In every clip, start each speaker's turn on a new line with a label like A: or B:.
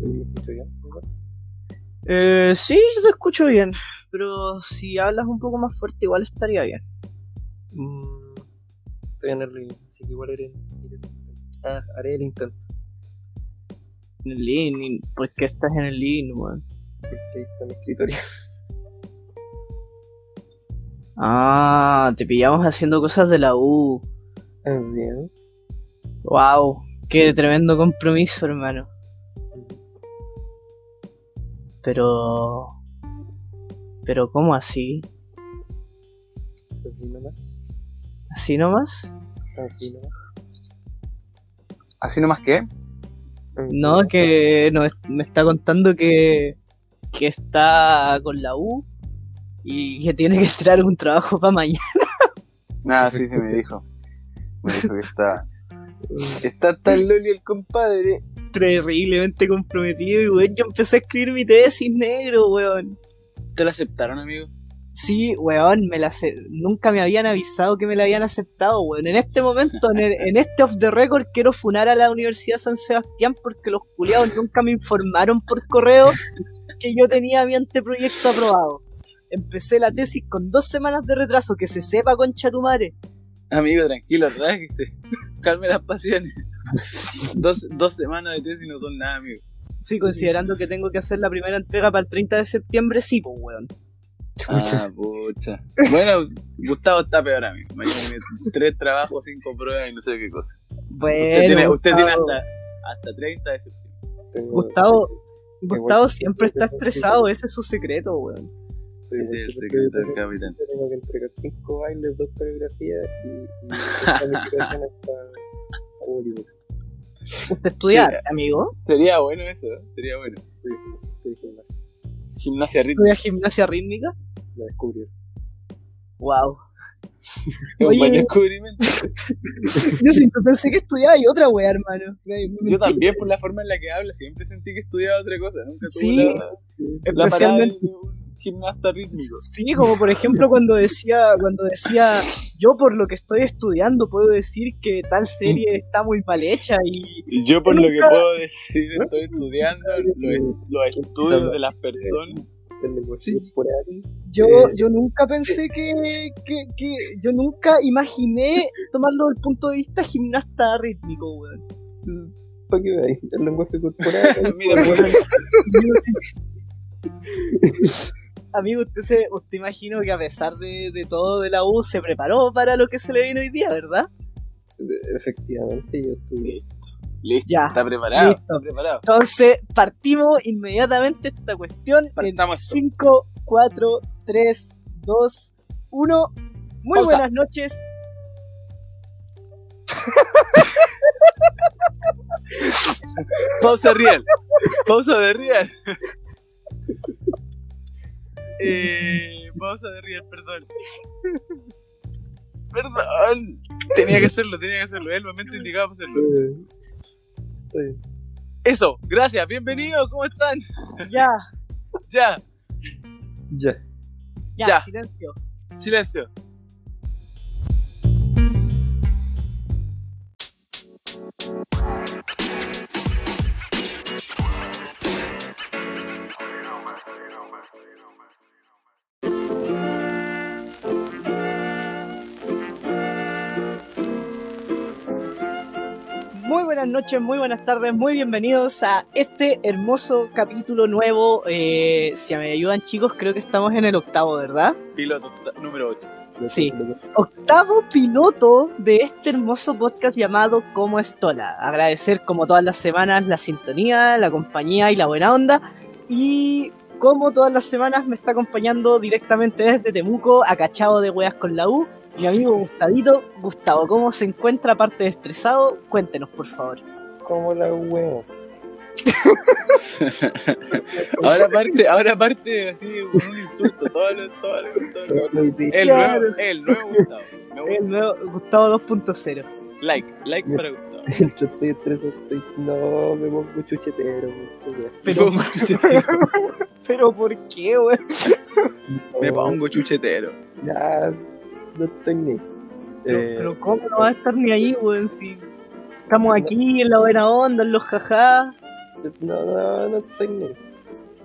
A: ¿Lo escucho bien?
B: Eh, sí, yo te escucho bien, pero si hablas un poco más fuerte igual estaría bien.
A: Mm, estoy en el así que igual haré, ah, haré el intento.
B: En el living, ¿por qué estás en el living, weón?
A: Porque ahí está mi escritorio.
B: Ah, te pillamos haciendo cosas de la U.
A: Así es.
B: Wow, qué tremendo compromiso, hermano. Pero... Pero ¿cómo así?
A: Así nomás.
B: ¿Así nomás?
A: Así nomás.
C: Así nomás que.
B: No, que no, es- me está contando que, que está con la U y que tiene que entrar un trabajo para mañana.
C: Nada, sí, sí me dijo. Me dijo que está. Está tan loli el compadre.
B: Terriblemente comprometido y weón, yo empecé a escribir mi tesis negro, weón.
C: ¿Te lo aceptaron, amigo?
B: Sí, weón, me la ace- nunca me habían avisado que me la habían aceptado, weón. En este momento, en, el- en este off the record, quiero funar a la Universidad San Sebastián porque los culiados nunca me informaron por correo que yo tenía mi anteproyecto aprobado. Empecé la tesis con dos semanas de retraso, que se sepa, concha tu madre.
C: Amigo, tranquilo, relájese. Calme las pasiones. Dos, dos semanas de tesis no son nada, amigo.
B: Sí, considerando que tengo que hacer la primera entrega para el 30 de septiembre, sí, pues, weón.
A: Chucha.
C: Ah, pucha. Bueno, Gustavo está peor, amigo. Mañana tiene tres trabajos, cinco pruebas y no sé qué cosa. Usted,
B: Bueno,
C: tiene, usted tiene
B: Eh, Gustavo.
C: hasta, hasta 30 de septiembre.
A: Tengo-
B: Gustavo. Gustavo siempre está
A: Igual que-
B: estresado, ese es su secreto, weón.
C: Ese es el secreto del capitán.
A: Yo tengo que entregar cinco bailes, dos coreografías y, y planificaciones para Bollywood.
B: Usted estudia, arte, amigo.
C: Sería bueno eso, ¿eh? sería bueno.
A: Estoy- estoy con la-
C: Gimnasia rítmica.
B: Estudia gimnasia rítmica.
A: La descubrieron.
B: Wow.
C: Es
B: Oye.
C: un buen descubrimiento.
B: Yo siempre pensé que estudiaba y otra wea, hermano. Me- me mentí.
C: Yo también, por la forma en la que habla, siempre sentí que estudiaba otra cosa. Nunca tuve
B: Sí.
C: la, la parada de
B: Especialmente-
C: un gimnasta rítmico.
B: Sí, como por ejemplo cuando decía, cuando decía, yo por lo que estoy estudiando puedo decir que tal
C: Mm.
B: serie está muy mal hecha y
C: Y yo, por lo que
B: Nunca- ¿Eh?
C: puedo decir, estoy estudiando los, los estudios de las personas.
A: Denle por-
B: Sí.
A: por ahí.
B: yo,
A: Eh.
B: yo nunca pensé que, que, que, yo nunca imaginé tomarlo del punto de vista gimnasta rítmico, weón.
A: ¿Para qué veis? El lenguaje corporal.
C: Mira, pues,
B: Amigo, usted se, usted imagino que a pesar de, de todo de la U se preparó para lo que se le vino hoy día, ¿verdad?
A: Efectivamente, yo estudié.
C: listo,
B: Ya.
C: está preparado.
B: Listo.
C: Está preparado.
B: Entonces, partimos inmediatamente esta cuestión
C: Partamos
B: en
C: esto.
B: 5, 4, 3, 2, 1. Muy
C: Pausa.
B: buenas noches.
C: Pausa real. Pausa de real. Eh, pausa de real, perdón. Perdón. Tenía que hacerlo, tenía que hacerlo. Es el momento indicado para hacerlo.
A: Está bien.
C: Eso, gracias, bienvenidos, ¿cómo están?
B: Ya,
C: Ya,
A: Ya.
B: ya,
C: Ya.
B: silencio.
C: silencio.
B: Muy buenas noches, muy buenas tardes, muy bienvenidos a este hermoso capítulo nuevo. Eh, si me ayudan chicos, creo que estamos en el octavo, ¿verdad?
C: Piloto t- número 8.
A: Lo-
B: Sí.
A: lo que-
B: octavo piloto de este hermoso podcast llamado Como Estola. Agradecer como todas las semanas la sintonía, la compañía y la buena onda. Y como todas las semanas me está acompañando directamente desde Temuco, acachado de weas con la U, mi amigo Gustavito. Gustavo, ¿cómo se encuentra aparte de estresado? Cuéntenos, por favor.
A: Como la huevo.
C: Ahora parte, ahora parte así con un insulto. Todo lo, todo lo- todo lo- El
B: Claro.
C: nuevo, el nuevo Gustavo. Me gusta.
B: El nuevo Gustavo 2.0.
C: Like, like para Gustavo.
A: Yo estoy estresado. Estoy... No, me pongo chuchetero. güey.
B: Pero,
C: Me pongo chuchetero.
B: pero ¿por qué, weón?
A: No,
C: Me pongo chuchetero.
A: Ya. No estoy ni.
B: Pero,
C: Eh,
B: pero ¿cómo eh, no va a estar ni ahí, weón? Si estamos aquí en la buena onda, en los jajás.
A: No, no, no estoy ni ahí.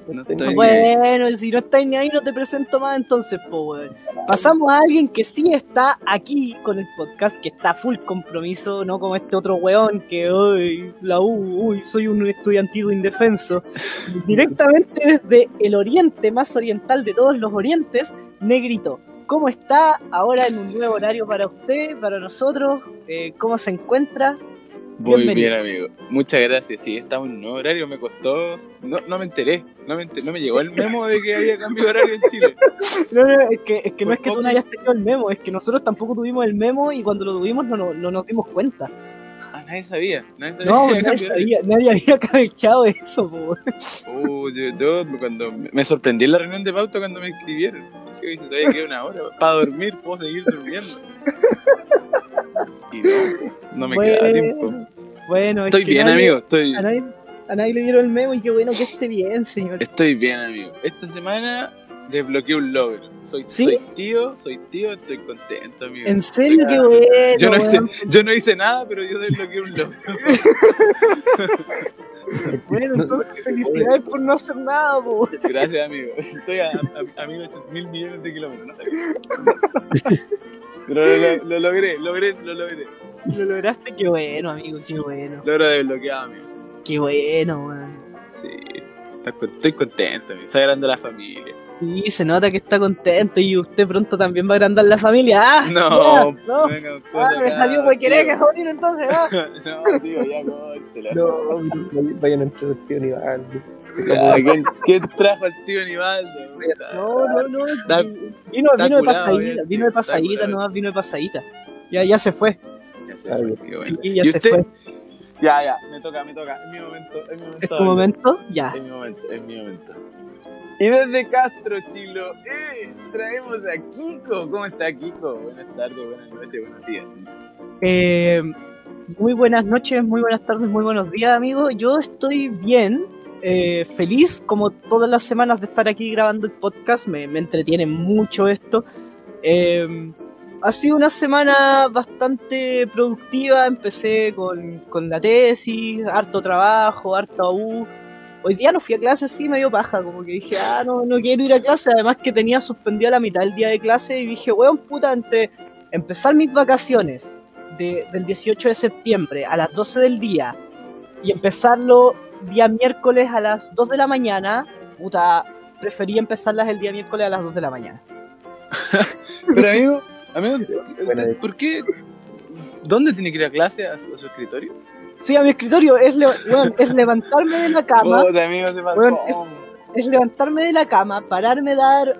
C: No
A: estoy ni
C: estoy
A: ahí.
C: ni ahí.
B: Bueno, si no estáis ni ahí, no te presento más entonces, po, weón. Pasamos a alguien que sí está aquí con el podcast, que está full compromiso, no como este otro weón que hoy, la U, uy, soy un estudiantito indefenso. Directamente desde el oriente más oriental de todos los orientes, Negrito. ¿Cómo está ahora en un nuevo horario para usted, para nosotros? Eh, ¿Cómo se encuentra?
C: Muy bien,
B: Bienvenido.
C: amigo. Muchas gracias. Sí, estamos en un nuevo horario. Me costó. No, no me enteré. No me, enter- no me llegó el memo de que había cambio de horario en Chile.
B: No, no, pues, es que, es que no
C: Por
B: es que tú
C: poco.
B: no hayas tenido el memo, es que nosotros tampoco tuvimos el memo y cuando lo tuvimos no, no- no nos dimos cuenta.
C: Ah, nadie sabía. Nadie sabía.
B: No,
C: que
B: nadie,
C: había cambio de horario.
B: sabía, nadie había cabechado eso, po.
C: Oh, yo, yo cuando me- me sorprendí en la reunión de pauta cuando me escribieron. Dije, "Oye, todavía queda una hora para dormir, puedo seguir durmiendo. Y no, no me queda tiempo.
B: Bueno, es
C: Estoy
B: que
C: bien,
B: nadie-
C: amigo. Estoy,
B: A nadie, a nadie le dieron el memo y qué bueno que esté bien, señor.
C: estoy bien, amigo. Esta semana desbloqueé un logro. Soy,
B: ¿Sí?
C: soy tío, soy tío, estoy contento, amigo.
B: En serio, qué
C: Claro.
B: bueno.
C: Yo no, hice,
B: weón.
C: yo no hice nada, pero yo desbloqueé un logro.
B: Bueno, entonces felicidades por no hacer nada, po.
C: Gracias, amigo. Estoy a, a, a 1800 mil millones de kilómetros. ¿no? Pero lo, lo logré, logré, lo logré.
B: Lo lograste, qué bueno, amigo, qué bueno.
C: Logro desbloqueado, amigo.
B: Qué bueno, weón.
C: Sí. está con- Estoy contento, amigo. Está grande la familia.
B: Sí, se nota que está contento y usted pronto también va a agrandar la familia. ¡Ah!
C: Mm, No,
B: ya, no.
C: venga,
B: Ah, me
C: acá,
B: salió huequereca,
C: tío.
B: sobrino, entonces, ah.
C: No, tío, ya córtela.
A: No, vay- vayan a este entrar al tío Nivaldo.
C: Ya, ¿quién, quién trajo al tío Nivaldo? Puta.
B: No, no, no.
C: Está-
B: Vino,
C: está
B: vino de
C: curado,
B: pasadita,
C: eh,
B: vino de
C: está
B: pasadita,
C: curado.
B: no, vino de pasadita. Ya, ya se fue.
C: Ya se
A: Ah,
C: fue,
A: bien.
C: qué bueno.
B: Sí, ya
C: ¿Y
B: se
C: usted?
B: fue.
C: Ya, ya, me toca, me toca. Es mi momento, es mi momento.
B: ¿Es tu
C: amigo.
B: este momento? Ya.
C: Es mi momento, es mi momento. Y desde Castro, Chilo, eh, traemos a Kiko. ¿Cómo está Kiko? Buenas tardes, buenas noches, buenos días. señor.
B: Eh, muy buenas noches, muy buenas tardes, muy buenos días, amigo. Yo estoy bien, eh, feliz como todas las semanas de estar aquí grabando el podcast. Me, me entretiene mucho esto. Eh, ha sido una semana bastante productiva. Empecé con, con la tesis, harto trabajo, harta U. Hoy día no fui a clase, sí, medio paja, como que dije, ah, no, no quiero ir a clase, además que tenía suspendida la mitad del día de clase y dije, weón, puta, entre empezar mis vacaciones de- del 18 de septiembre a las 12 del día y empezarlo día miércoles a las 2 de la mañana, puta, preferí empezarlas el día miércoles a las 2 de la mañana.
C: Pero amigo, amigo,
A: Buena
C: ¿usted ¿por qué? ¿Dónde tiene que ir a clase? ¿A su, a su escritorio?
B: Sí, a mi escritorio es, le- weón, es levantarme de la cama,
C: Puta, amigo, se pasó.
B: Bueno, es- es levantarme de la cama, pararme, dar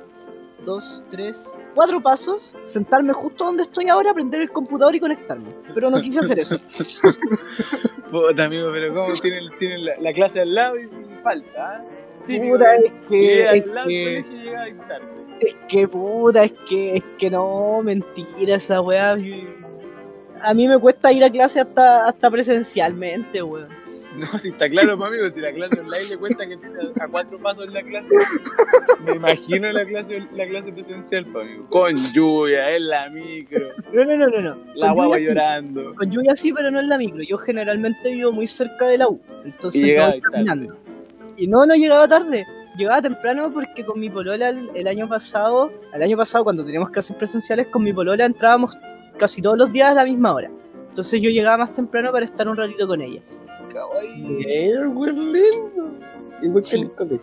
B: dos, tres, cuatro pasos, sentarme justo donde estoy ahora, prender el computador y conectarme. Pero no quise hacer eso.
C: Puta, amigo, pero ¿cómo tienen, tienen la, la clase al lado y, y falta? ¿ah? Típico,
B: Puta, es
C: llegué
B: que- es
C: al lado del
B: que...
C: colegio y llegáis tarde.
B: Es que puta, es que, es que no, mentira esa weá. A mí me cuesta ir a clase hasta, hasta presencialmente, weón.
C: No, si está claro, pues, amigo, si la clase online le cuenta que tiene a cuatro pasos la clase, me imagino la clase, la clase presencial, pues, amigo. Con lluvia, en la micro,
B: No, no, no, no, no.
C: la
B: Con lluvia
C: guagua
B: sí,
C: llorando.
B: Con lluvia sí, pero no en la micro. Yo generalmente vivo muy cerca de la U. Entonces
C: Y
B: no
C: llegaba
B: voy
C: tarde.
B: caminando. Y no, no llegaba tarde. Llegaba temprano porque con mi polola el, el año pasado, el año pasado cuando teníamos clases presenciales, con mi polola entrábamos casi todos los días a la misma hora. Entonces yo llegaba más temprano para estar un ratito con ella.
A: Mira, güey, lindo. Igual que en el colegio.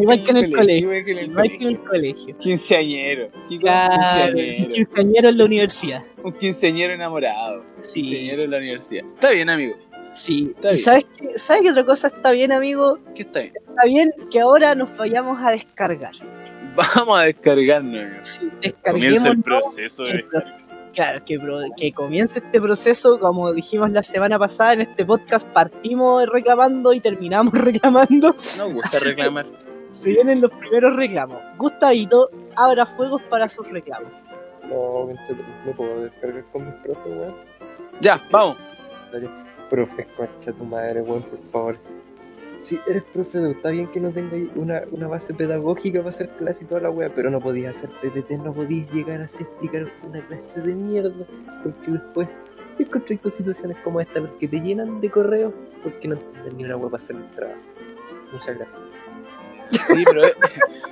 B: Igual que en el colegio.
C: Igual que en
B: sí, Igual que
C: el
B: en
C: colegio.
B: el colegio.
C: Quinceañero. Kiko,
B: Claro,
C: quinceañero.
B: quinceañero en la universidad.
C: Un quinceañero enamorado.
B: Sí,
C: Quinceañero en la universidad. Está bien, amigo.
B: sí.
C: Está
B: ¿Y
C: bien.
B: sabes qué, sabes qué otra cosa está bien, amigo?
C: ¿Qué está bien?
B: Está bien que ahora nos vayamos a descargar.
C: Vamos a descargarnos, amigo.
B: Sí,
C: Comienza el
B: descarguemos.
C: proceso de
B: el
C: descarga.
B: Claro, que, pro- que comience este proceso, como dijimos la semana pasada en este podcast, partimos reclamando y terminamos reclamando.
C: No gusta reclamar.
B: Se vienen los primeros reclamos. Gustavito, abra fuegos para sus reclamos.
A: No, me puedo descargar con mis profes, güey.
C: Ya, vamos.
A: Sale, Profe, concha tu madre, weón, por favor. Si eres profe, de- está bien que no tengáis una, una base pedagógica para hacer clase y toda la wea, pero no podías hacer PPT, no podías llegar así a explicar una clase de mierda, porque después te encontré con situaciones como esta, las que te llenan de correos porque no entiendes ni una web para hacer el trabajo. Muchas gracias.
C: Sí, pero es,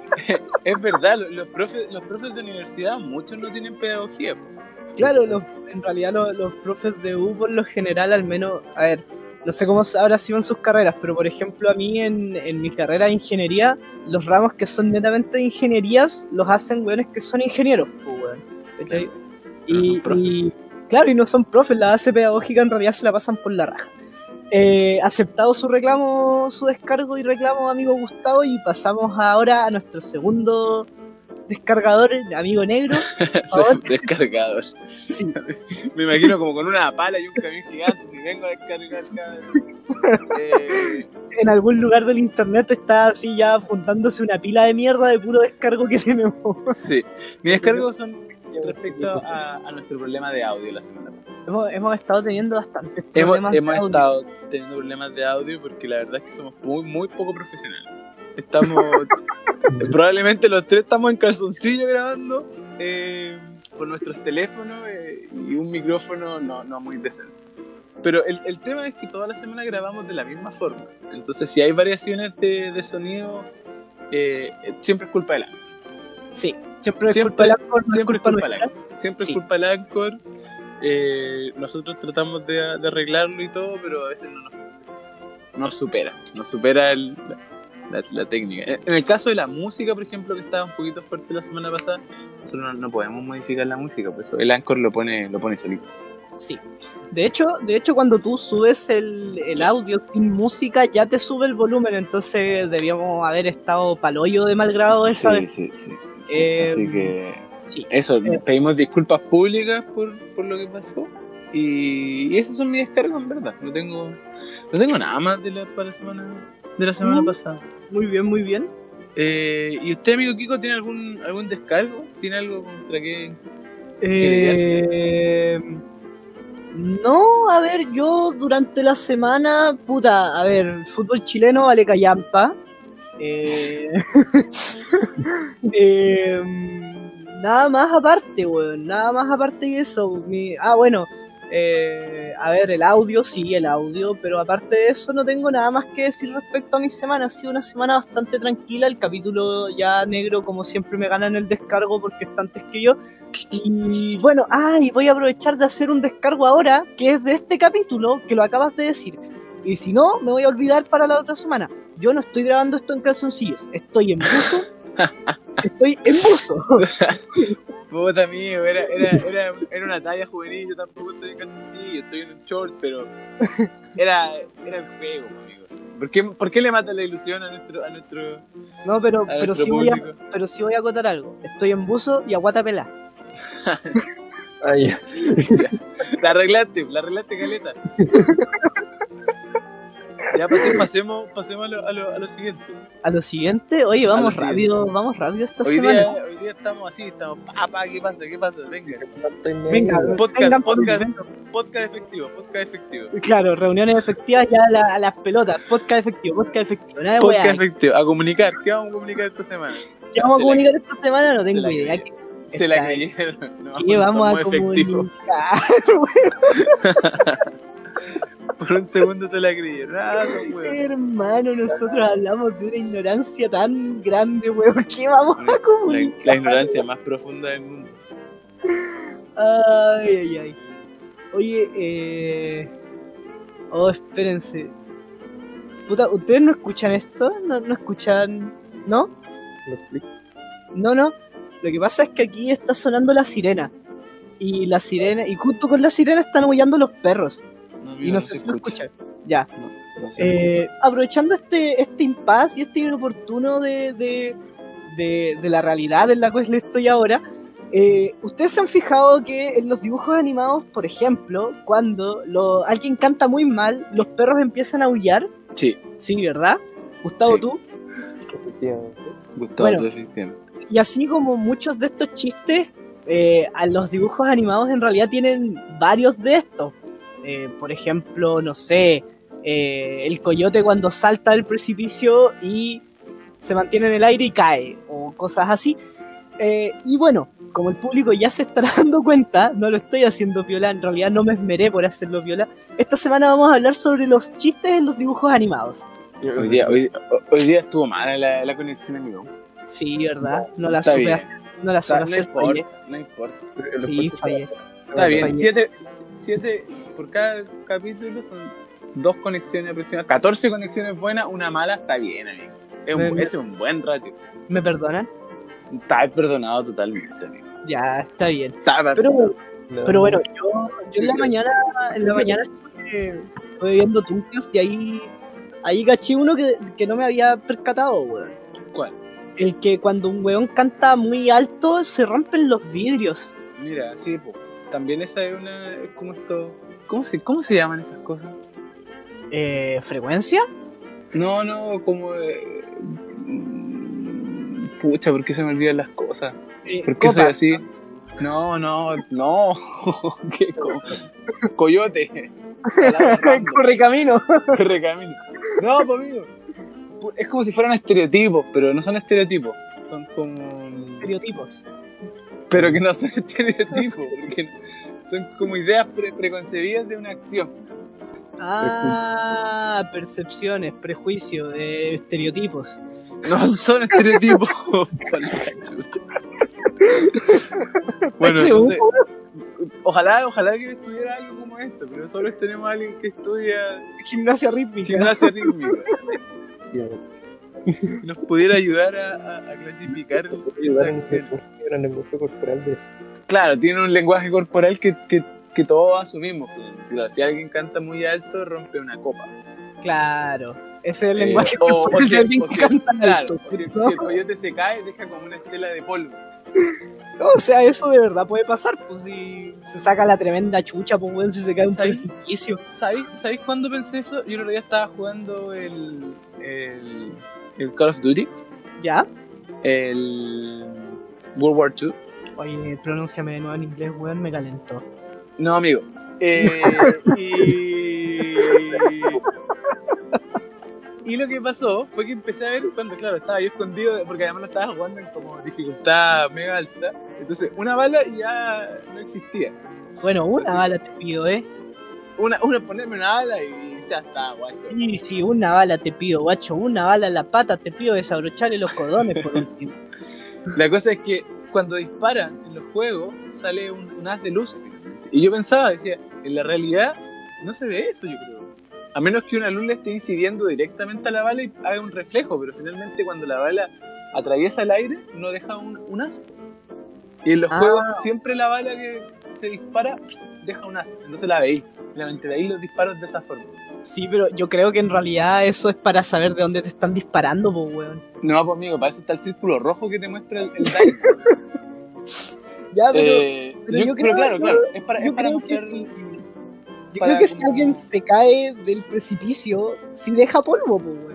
C: es verdad, lo- los profes, los profes de universidad, muchos no tienen pedagogía. po.
B: Claro, los- en realidad lo- los, profes de U por lo general, al menos, a ver, no sé cómo s- ahora sí van sus carreras, pero por ejemplo a mí en, en mi carrera de ingeniería, los ramos que son netamente de ingenierías los hacen weones que son ingenieros, pues, weón, ¿cachai?
C: Pero
B: Y,
C: son profes.
B: y- claro, y no son profes, la base pedagógica en realidad se la pasan por la raja. Eh, aceptado su reclamo, su descargo y reclamo, amigo Gustavo, y pasamos ahora a nuestro segundo descargador, amigo negro.
C: Soy un descargador.
B: Sí,
C: Me imagino como con una pala y un camión gigante. Si vengo a descargar, cabrón. Eh,
B: en algún lugar del internet está así ya juntándose una pila de mierda de puro descargo que tenemos.
C: sí, mis descargos son respecto a, a nuestro problema de audio la semana pasada.
B: Hemos, hemos estado teniendo bastantes
C: Hemos,
B: problemas.
C: hemos
B: de audio.
C: estado teniendo problemas de audio porque la verdad es que somos muy, muy poco profesionales. Estamos, probablemente los tres estamos en calzoncillo grabando eh, con nuestros teléfonos eh, y un micrófono no, no muy decente. Pero el, el tema es que toda la semana grabamos de la misma forma. Entonces, si hay variaciones de, de sonido, eh, siempre es culpa de la
B: Sí, siempre es
C: Siempre-
B: culpa del alcohol, no es
C: siempre
B: culpa
C: es
B: nuestra.
C: culpa del Anchor. Siempre
B: Sí.
C: es culpa del Anchor. Eh, nosotros tratamos de, de arreglarlo y todo, pero a veces no nos funciona. Nos supera. Nos supera el- la, la- la técnica. Eh, En el caso de la música, por ejemplo, que estaba un poquito fuerte la semana pasada, nosotros no, no podemos modificar la música. Pues el Anchor lo pone, lo pone solito.
B: Sí. De hecho, de hecho, cuando tú subes el, el audio sin música, ya te sube el volumen, entonces debíamos haber estado palollo de mal grado esa vez.
C: sí, sí,
B: sí. Eh, Así
C: que
B: Sí. Eh.
C: eso, pedimos disculpas públicas por, por lo que pasó. Y, y esos son mis descargos, en verdad. No tengo, no tengo nada más de la, para la semana, de la semana
B: Mm.
C: pasada.
B: Muy bien, muy bien.
C: Eh, ¿Y usted, amigo Kiko, tiene algún, algún descargo? ¿Tiene algo contra qué?
B: Eh, no, a ver, yo durante la semana, puta, a ver, fútbol chileno vale callampa. Eh, eh, nada más aparte, weón, nada más aparte de eso. Mi- ah, bueno, eh, a ver, el audio, sí, el audio, pero aparte de eso no tengo nada más que decir respecto a mi semana. Ha sido una semana bastante tranquila, el capítulo ya negro, como siempre, me gana en el descargo porque está antes que yo. Y bueno, ah, y voy a aprovechar de hacer un descargo ahora, que es de este capítulo, que lo acabas de decir. Y si no, me voy a olvidar para la otra semana. Yo no estoy grabando esto en calzoncillos, estoy en buzo. Estoy en buzo.
C: Puta, amigo, era, era, era, era una talla juvenil, yo tampoco estoy en calzoncillo, estoy en un short, pero era, era el juego, amigo. ¿Por qué, por qué le mata la ilusión a nuestro, a nuestro, a
B: No, pero, pero,
C: nuestro
B: sí voy a,
C: público?
B: pero sí voy a acotar algo. Estoy en buzo y aguata pelá.
A: Ah, ya.
C: La arreglaste, la arreglaste, Caleta. ya pase- pasemos, pasemos a lo, a lo- a lo siguiente.
B: A lo siguiente, oye, vamos
C: siguiente.
B: rápido, vamos rápido esta
C: Hoy
B: semana.
C: día, hoy día estamos así, estamos, pa, pa, ¿qué pasa? ¿Qué pasa? Venga.
A: Tanto en medio,
B: Venga,
A: weón.
C: Podcast,
B: vengan por mí,
C: podcast,
B: vengan.
C: podcast efectivo, podcast efectivo.
B: Claro, reuniones efectivas ya a, la- a las pelotas. Podcast efectivo, podcast efectivo. Nada de
C: Podcast
B: weá.
C: efectivo, a comunicar. ¿Qué vamos a comunicar esta semana?
B: ¿Qué vamos a
C: Se la-
B: comunicar esta semana? No tengo
C: la
B: idea.
C: creí. Se la
B: Está
C: creyeron. No,
B: ¿Qué vamos
C: somos
B: a
C: efectivos.
B: comunicar?
C: Por un segundo se la creyeron. Ah, son
B: Eh,
C: huevos.
B: Hermano, nosotros hablamos de una ignorancia tan grande, weón. ¿Qué vamos a
C: La,
B: comunicar?
C: la ignorancia más profunda del mundo.
B: Ay, ay, ay. Oye, eh. Oh, espérense. Puta, ¿ustedes no escuchan esto? ¿No, no escuchan.? ¿No?
A: Lo explico.
B: No, no. Lo que pasa es que aquí está sonando la sirena. Y la sirena. Y junto con la sirena están aullando los perros.
C: No, amigo,
B: Y no, sé si lo escuchan. Ya.
C: No se
B: Eh, aprovechando este, este impasse y este inoportuno de, de, de- de la realidad en la cual estoy ahora, eh, ¿ustedes se han fijado que en los dibujos animados, por ejemplo, cuando lo- alguien canta muy mal, los perros empiezan a aullar?
C: escucha. Sí,
B: Sí, ¿verdad? Gustavo,
C: Sí.
B: tú.
A: Efectivamente.
C: Gustavo,
B: Bueno.
C: tú efectivamente.
B: Y así como muchos de estos chistes, eh, a los dibujos animados en realidad tienen varios de estos. Eh, por ejemplo, no sé, eh, el coyote cuando salta del precipicio y se mantiene en el aire y cae, o cosas así. Eh, y bueno, como el público ya se estará dando cuenta, no lo estoy haciendo viola, en realidad no me esmeré por hacerlo viola. Esta semana vamos a hablar sobre los chistes en los dibujos animados.
C: Hoy día, hoy, hoy día estuvo mala la, la conexión, amigo.
B: Sí, ¿verdad? No la
C: Está
B: supe
C: bien.
B: hacer. No la supe
C: Está- no
B: hacer. fallé.
C: importa, no importa.
A: Los
B: Sí,
A: esfuerzos
B: fallé.
C: Está bien,
B: fallé.
C: siete, siete por cada capítulo son dos conexiones aproximadamente. 14 conexiones buenas, una mala está bien, amigo. Es un,
B: Me-
C: bu- ese es un buen ratio.
B: ¿Me perdonan?
C: Está perdonado totalmente, amigo.
B: Ya, está bien.
C: Está
B: Pero,
C: perdonado.
A: No,
B: pero bueno, yo, yo en la mañana, en la mañana estuve, estuve viendo Tunkios y ahí, ahí caché uno que, que no me había percatado, weón.
C: ¿Cuál?
B: El que cuando un weón canta muy alto se rompen los vidrios.
C: Mira, sí, po. también esa es una. Es como esto. ¿Cómo se, ¿Cómo se llaman esas cosas?
B: Eh, ¿Frecuencia?
C: No, no, como. eh, mm, pucha, ¿por qué se me olvidan las cosas?
B: Eh,
C: ¿Por qué soy
B: copa.
C: así? No, no, no. ¿Qué co- Coyote. Palabra random.
B: Correcamino.
C: Correcamino. No, pues amigo. Pu- Es como si fueran estereotipos, pero no son estereotipos. Son como.
B: Estereotipos.
C: Pero que no son estereotipos, porque son como ideas pre- preconcebidas de una acción.
B: Ah, percepciones, prejuicios, eh, estereotipos.
C: No son estereotipos. Por la chucha. bueno,
B: ¿Estás
C: entonces,
B: seguro?
C: ojalá, ojalá que estudiara algo como esto, pero solo tenemos a alguien que estudia
B: Gimnasia rítmica.
C: gimnasia rítmica.
A: efectivamente.
C: Nos pudiera ayudar a, a- a clasificar esta
A: Ayudar en el
C: acción.
A: lenguaje- en el lenguaje corporal de eso.
C: Claro, tiene un lenguaje corporal que, que, que todos asumimos. Claro, si alguien canta muy alto, rompe una copa.
B: Claro. Ese es el
C: Eh,
B: lenguaje
C: o-
B: corporal
C: o
B: de
C: si-
B: alguien
C: o
B: que
C: si-
B: canta
C: Claro,
B: alto,
C: si, el-
B: ¿no?
C: si el coyote se cae, deja como una estela de polvo.
B: O sea, eso de verdad puede pasar. Pues si se saca la tremenda chucha, pues weón, si se cae un
C: ¿Sabes?
B: precipicio.
C: ¿Sabéis, ¿Sabéis cuándo pensé eso? Yo el otro día estaba jugando el, el, el Call of Duty,
B: ¿Ya?
C: el World War II.
B: Oye, pronúnciame de nuevo en inglés, weón, me calentó.
C: No, amigo. Eh, y... y lo que pasó fue que empecé a ver cuando, claro, estaba yo escondido, porque además lo estaba jugando en como dificultad mega alta. Entonces, una bala ya no existía.
B: Bueno, una
C: Sí.
B: bala te pido, ¿eh?
C: Una, una ponerme una bala y ya está, guacho.
B: Y si una bala te pido, guacho, una bala en la pata te pido desabrocharle los cordones por último.
C: La cosa es que cuando disparan en los juegos sale un, un haz de luz. finalmente. Y yo pensaba, decía, en la realidad no se ve eso, yo creo. A menos que una luz le esté incidiendo directamente a la bala y haga un reflejo, pero finalmente cuando la bala atraviesa el aire no deja un, un haz. Y en los
B: Ah.
C: juegos siempre la bala que se dispara deja un haz. Entonces la veí. Finalmente veí los disparos de esa forma.
B: Sí, pero yo creo que en realidad eso es para saber de dónde te están disparando, po, weón.
C: No, pues amigo, para eso está el círculo rojo que te muestra el, el daño.
B: Ya, Ah, pero
C: Eh,
B: pero yo creo-
C: pero claro,
B: yo-
C: claro, es para, es
B: yo
C: para
B: creo que
C: mostrar
B: sí. yo
C: para
B: creo que si
C: como-
B: alguien se cae del precipicio, si deja polvo, po, weón.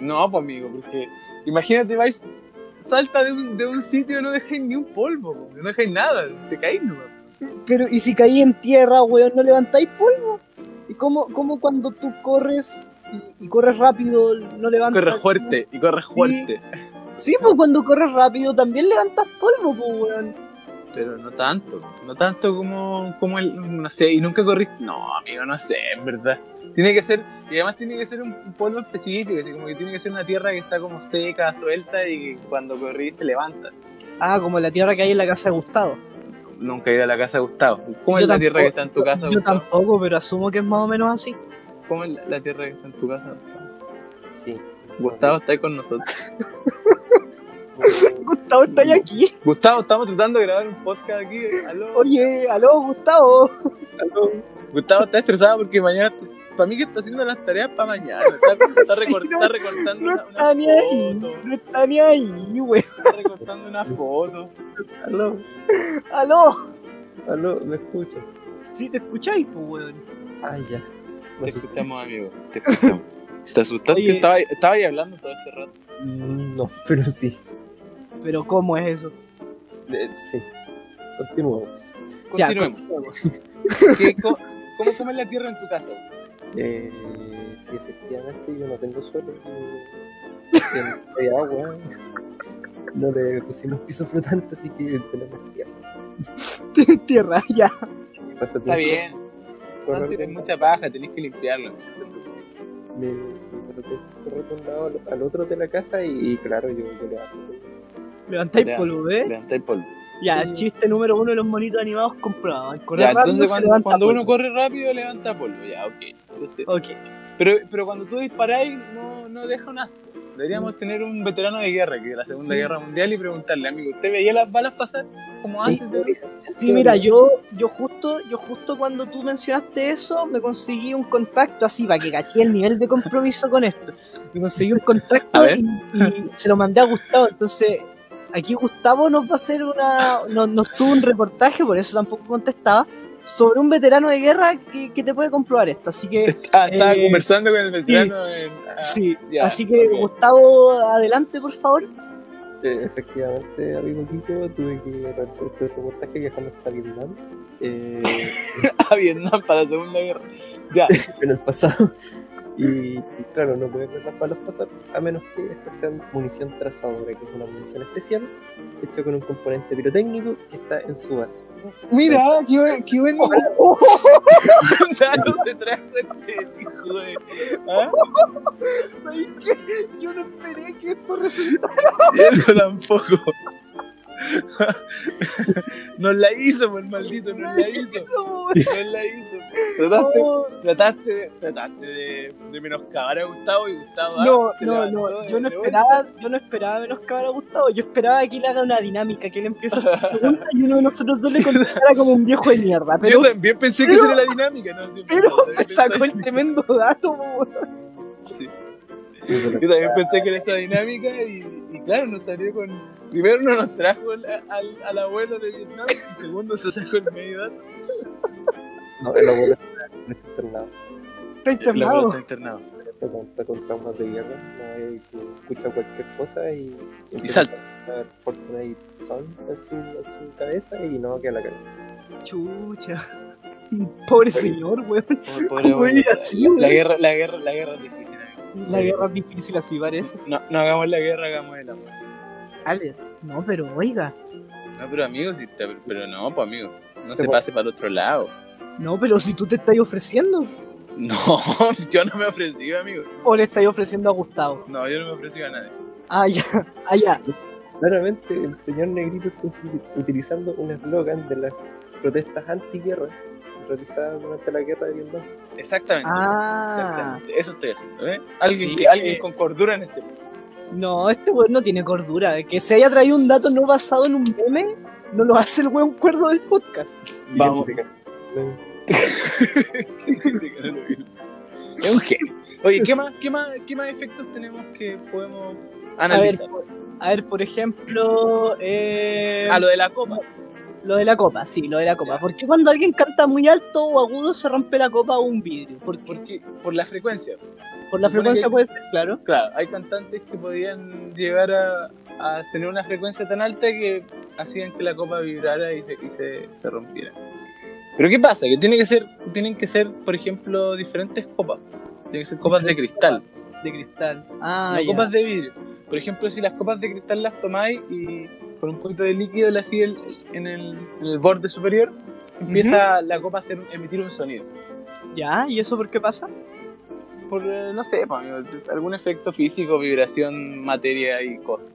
C: No, pues amigo, porque imagínate, vais, salta de un, de un sitio y no dejáis ni un polvo, po, no dejáis nada, te caís nomás.
B: Pero, ¿y si caí en tierra, weón, no levantáis polvo? ¿Y cómo, cómo cuando tú corres y, y corres rápido, no levantas?
C: Corre fuerte y corre fuerte,
B: Sí, pues cuando corres rápido también levantas polvo, po, weón.
C: pero no tanto, no tanto como, como el, no sé, y nunca corriste. No, amigo, no sé, en verdad. Tiene que ser, y además tiene que ser un, un polvo específico, así como que tiene que ser una tierra que está como seca, suelta y que cuando corrís se levanta.
B: Ah, como la tierra que hay en la casa de Gustavo.
C: Nunca he ido a la casa de Gustavo. ¿Cómo
B: Yo
C: es la tierra que
B: tampoco-
C: está en tu casa,
B: Yo
C: Gustavo?
B: tampoco, pero asumo que es más o menos así.
C: ¿Cómo es la- la tierra que está en tu casa, Gustavo?
A: Sí.
C: Gustavo está ahí con nosotros.
B: Gustavo, está ya aquí.
C: Gustavo, estamos tratando de grabar un podcast aquí. Aló.
B: Oye, aló, Gustavo.
C: aló. Gustavo está estresado porque mañana. Para mí que está haciendo las tareas para mañana. Está, está
B: Sí,
C: recor-
B: no-
C: está recortando
B: No
C: una, una
B: está ni ahí.
C: foto.
B: No está ni ahí, güey.
C: Está recortando una foto.
A: Aló,
B: Aló.
A: aló, me escucho.
B: Sí, te escucháis, pues, weón.
A: Ah, ya.
C: Te escuchamos, amigo. Te escuchamos. ¿Te asustaste?
B: Oye.
C: Estaba, ahí- estaba ahí hablando todo este rato.
A: Mm, No, pero sí.
B: Pero, ¿cómo es eso?
A: Eh, sí. Continuamos.
B: Ya,
C: Continuemos.
B: continuemos.
C: ¿Qué co- ¿Cómo comes la tierra en tu casa? Gustavo?
A: Eh, sí, efectivamente, yo no tengo suelo. yo- Siempre hay agua. no le pusimos piso flotante, así que tenemos tierra.
B: Tierra, ya.
A: Pásate
C: Está
A: un-
C: bien.
A: corre-
C: No tenés Ah, mucha paja, tenés que limpiarlo.
A: me, me pasé el correo de un lado al- al otro de la casa y, y claro, yo, yo le hago.
B: Levantáis
C: Ya.
B: polvo, ¿eh?
C: Levanta el polvo.
B: Ya, chiste número uno de los monitos animados comprobados. El correr
C: Ya,
B: rápido
C: entonces
B: se
C: cuando,
B: levanta
C: cuando uno
B: polvo.
C: corre rápido levanta polvo, ya, ok. Entonces,
B: Ok.
C: pero, pero cuando tú disparáis no, no deja un astro. Deberíamos tener un veterano de guerra, que de la Segunda
A: Sí.
C: Guerra Mundial, y preguntarle, amigo, ¿usted veía las balas pasar como
A: Sí.
C: antes de risa?
B: Sí, mira, yo, yo justo, yo justo cuando tú mencionaste eso, me conseguí un contacto así para que caché el nivel de compromiso con esto. Me conseguí un
C: A
B: contacto
C: ver.
B: y, y se lo mandé a Gustavo. Entonces, aquí Gustavo nos va a hacer una. nos, nos tuvo un reportaje, por eso tampoco contestaba, sobre un veterano de guerra que, que te puede comprobar esto. Así que,
C: Ah, estaba
B: Eh,
C: conversando con el veterano en... ah,
B: sí.
C: ya,
B: Así que,
C: ok.
B: Gustavo, adelante, por favor.
A: Eh, efectivamente, amigo Kiko, tuve que realizar este reportaje viajando hasta Vietnam. Eh,
C: a ah, Vietnam para la Segunda Guerra. Ya,
A: en el pasado. Y, y claro, no puedes ver las balas pasar a menos que estas sean munición trazadora, que es una munición especial hecha con un componente pirotécnico que está en su base.
C: mira, qué buen... Qué buen... Oh. dato se trajo este hijo de... ¿Ah?
B: ¿Sabéis qué? Yo no esperé que esto resultara.
C: Eso tampoco. Nos la hizo, por maldito, nos la hizo.
B: como-
C: Nos la hizo. Trataste, trataste, de- trataste de, de menoscabar a Gustavo y Gustavo. ah,
B: No,
C: se
B: no,
C: levantó
B: no,
C: de-
B: yo no
C: de
B: esperaba, yo no esperaba menos que a Gustavo, yo esperaba que él haga una dinámica, que él empiece a hacer preguntas y uno de nosotros dos le contestara como un viejo de mierda,
C: vuelta. Yo
B: pero,
C: también pensé que
B: pero-
C: esa era la dinámica. ¿no? Yo
B: pero
C: pensé-
B: se sacó el tremendo dato, weón.
C: Sí. Yo también pensé que era esta dinámica y, y claro, nos salió con. Primero no nos trajo al, al, al abuelo de Vietnam y segundo se sacó el medio dato.
A: No, el abuelo está- no está internado.
B: Está
C: El abuelo
B: internado.
C: está internado.
A: Está con, está con traumas de guerra, no hay que escucha cualquier cosa y,
C: Y salta.
A: empieza a ver Fortnite Son en su, en su cabeza y no queda la cara.
B: Chucha. Pobre señor, weón.
C: Pobre- pobre
B: ¿Cómo
C: abuelo.
B: era así, weón?
C: La guerra, la guerra, la guerra es difícil. amigo.
B: La guerra es difícil así parece.
C: No, no hagamos la guerra, hagamos el amor.
B: Ale, no, pero oiga.
C: No, pero amigos, sí, pero- pero no, pues amigos. No
A: Sí,
C: se
A: po.
C: pase para el otro lado.
B: No, pero si tú te estás ofreciendo,
C: No, yo no me ofrecí, amigo.
B: o le estás ofreciendo a Gustavo.
C: No, yo no me ofrecí a nadie.
B: Ah, ya, ah, ya.
A: Claramente el señor Negrito está usi- utilizando un eslogan de las protestas antiguerra realizadas durante la guerra de Vietnam.
C: Exactamente.
B: Ah,
C: Exactamente. Eso estoy haciendo, ¿eh? Alguien,
B: Sí,
C: que- alguien
B: eh.
C: con cordura en este mundo.
B: no, este weón no tiene cordura. Que se haya traído un dato no basado en un meme, no lo hace el weón cuerdo del podcast.
C: Vamos.
A: No,
C: Dice que no lo vieron. Es un genio. Oye, ¿qué más, qué, más, ¿qué más efectos tenemos que podemos
B: A ver,
C: analizar?
B: por- a ver, por ejemplo, eh,
C: A Ah, lo de la copa.
B: lo de la copa, sí, lo de la copa.
C: Ya.
B: Porque cuando alguien canta muy alto o agudo se rompe la copa o un vidrio. Por, por-
C: Porque, por la frecuencia.
B: por la
C: supone
B: frecuencia
C: que-
B: puede ser, claro.
C: Claro, hay cantantes que podían llegar a, a tener una frecuencia tan alta que hacían que la copa vibrara y se, y se, se rompiera. Pero ¿qué pasa? Que, tiene que ser, tienen que ser, por ejemplo, diferentes copas. Tienen que ser copas de cristal,
B: De cristal. Ah,
C: no
B: ya.
C: copas de vidrio. Por ejemplo, si las copas de cristal las tomáis y con un poquito de líquido le hacía el- en, el, en el borde superior, empieza la copa a hacer- emitir un sonido.
B: Ya, ¿y eso por qué pasa?
C: Por, eh, no sé, pa' amigo, algún efecto físico, vibración, materia y cosas.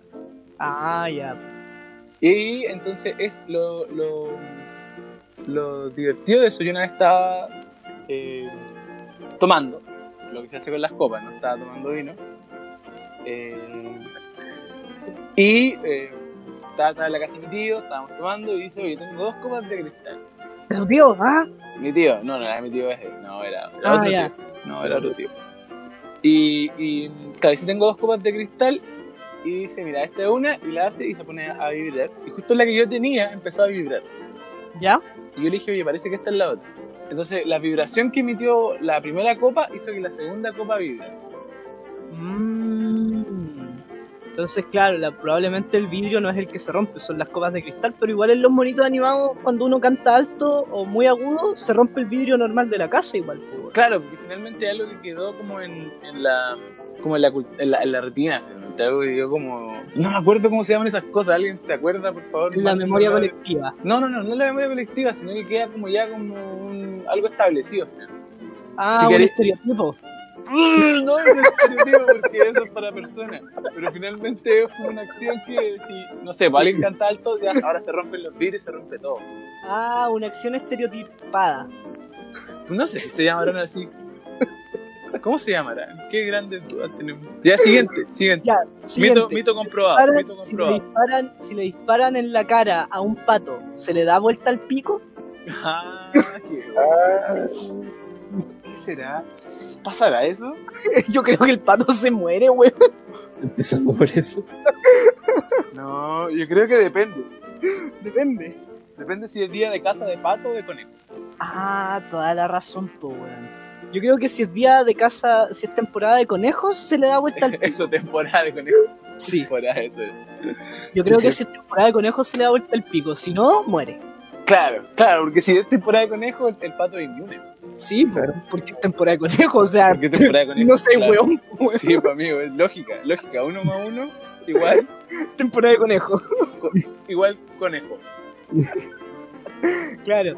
B: Ah, ya.
C: Y entonces es lo, lo, lo divertido de eso. Yo una vez estaba eh, tomando, lo que se hace con las copas, ¿no? Estaba tomando vino. Eh, y eh, estaba, estaba en la casa de mi tío, estábamos tomando y dice, oye, tengo dos copas de cristal.
B: Pero tío, ah,
C: Mi tío, no, no era mi tío ese, no, era, era
B: Ah,
C: otro
B: ya.
C: tío. No, era otro tío. Y, y claro, si tengo dos copas de cristal y dice, mira, esta es una y la hace y se pone a vibrar. Y justo la que yo tenía empezó a vibrar.
B: ya.
C: Y yo le dije, oye, parece que esta es la otra. Entonces, la vibración que emitió la primera copa hizo que la segunda copa vibrara.
B: Mm. Entonces, claro, la- probablemente el vidrio no es el que se rompe, son las copas de cristal, pero igual en los monitos animados, cuando uno canta alto o muy agudo, se rompe el vidrio normal de la casa igual. po, weón.
C: Claro, porque finalmente es algo que quedó como en, en la como en la, cult- en la, en la retina, finalmente, Santiago y yo como... No me acuerdo cómo se llaman esas cosas, ¿alguien se acuerda, por favor?
B: La
C: Martín,
B: memoria
C: no, no,
B: colectiva.
C: No, no, no, no es la memoria colectiva, sino que queda como ya como un- algo establecido. finalmente.
B: Ah,
C: Si
B: un
C: queréis-
B: estereotipo.
C: Mm, No es un estereotipo porque eso es para personas, pero finalmente es como una acción que si, no sé, pues alguien canta alto, ya ahora se rompen los vidrios y se rompe todo.
B: Ah, una acción estereotipada.
C: No sé si se llamarán así. ¿Cómo se llamarán? Qué grandes dudas tenemos. Ya, siguiente, siguiente.
B: Ya,
C: Mito,
B: siguiente.
C: mito comprobado,
B: Disparan-
C: mito
B: si, le
C: comprobado.
B: disparan, si le disparan en la cara a un pato, ¿se le da vuelta al pico?
C: Ah, qué-
A: Ah,
C: ¿Qué será? ¿Pasará eso?
B: Yo creo que el pato se muere, weón.
A: empezando por eso.
C: No, yo creo que depende.
B: Depende.
C: Depende si es día de casa de pato o de conejo.
B: Ah, toda la razón, po, weón. Yo creo que si es día de casa, si es temporada de conejos, se le da vuelta al pico.
C: Eso, temporada de conejo.
B: Sí,
C: Temporada eso.
B: yo creo que si es temporada de conejos, se le da vuelta al pico. Si no, muere.
C: Claro, claro, porque si es temporada de conejo, el, el pato es inmune.
B: Sí, po,
A: Claro.
B: porque es temporada de conejos, o sea,
C: Porque es temporada de conejo.
B: no sé,
C: claro.
B: weón, po, weón.
C: Sí, para mí, es lógica, lógica. Uno más uno, igual,
B: temporada de conejos.
C: igual conejo.
B: Claro.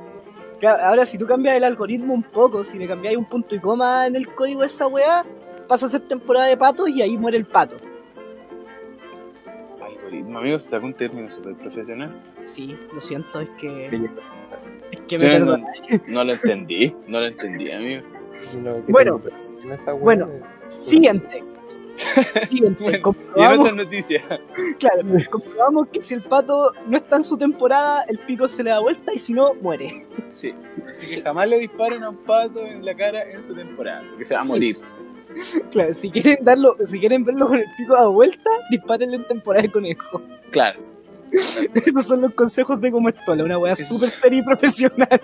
B: Claro, Ahora, si tú cambias el algoritmo un poco, si le cambias un punto y coma en el código a esa weá, pasa a ser temporada de patos y ahí muere el pato.
C: Algoritmo, amigos, saca un término súper profesional.
B: Sí, lo siento, es que,
A: No,
B: es que me
C: no,
B: perdoné.
C: no lo entendí, no lo entendí, amigo.
A: que
B: Bueno,
A: tengo- en esa hueá
B: bueno.
A: de-
B: Siguiente. Siguiente.
C: Bueno, Y en
B: comprobamos,
C: otras noticias,
B: claro, pues, comprobamos que si el pato no está en su temporada, el pico se le da vuelta y si no, muere.
C: sí. Así que jamás le disparen a un pato en la cara en su temporada, porque se va a
B: Sí.
C: morir.
B: Claro, si quieren darlo, si quieren verlo con el pico dado vuelta, dispárenle en temporada de conejo.
C: Claro.
B: Estos son los consejos de cómo estola, una weá
C: Es-
B: súper seria y profesional.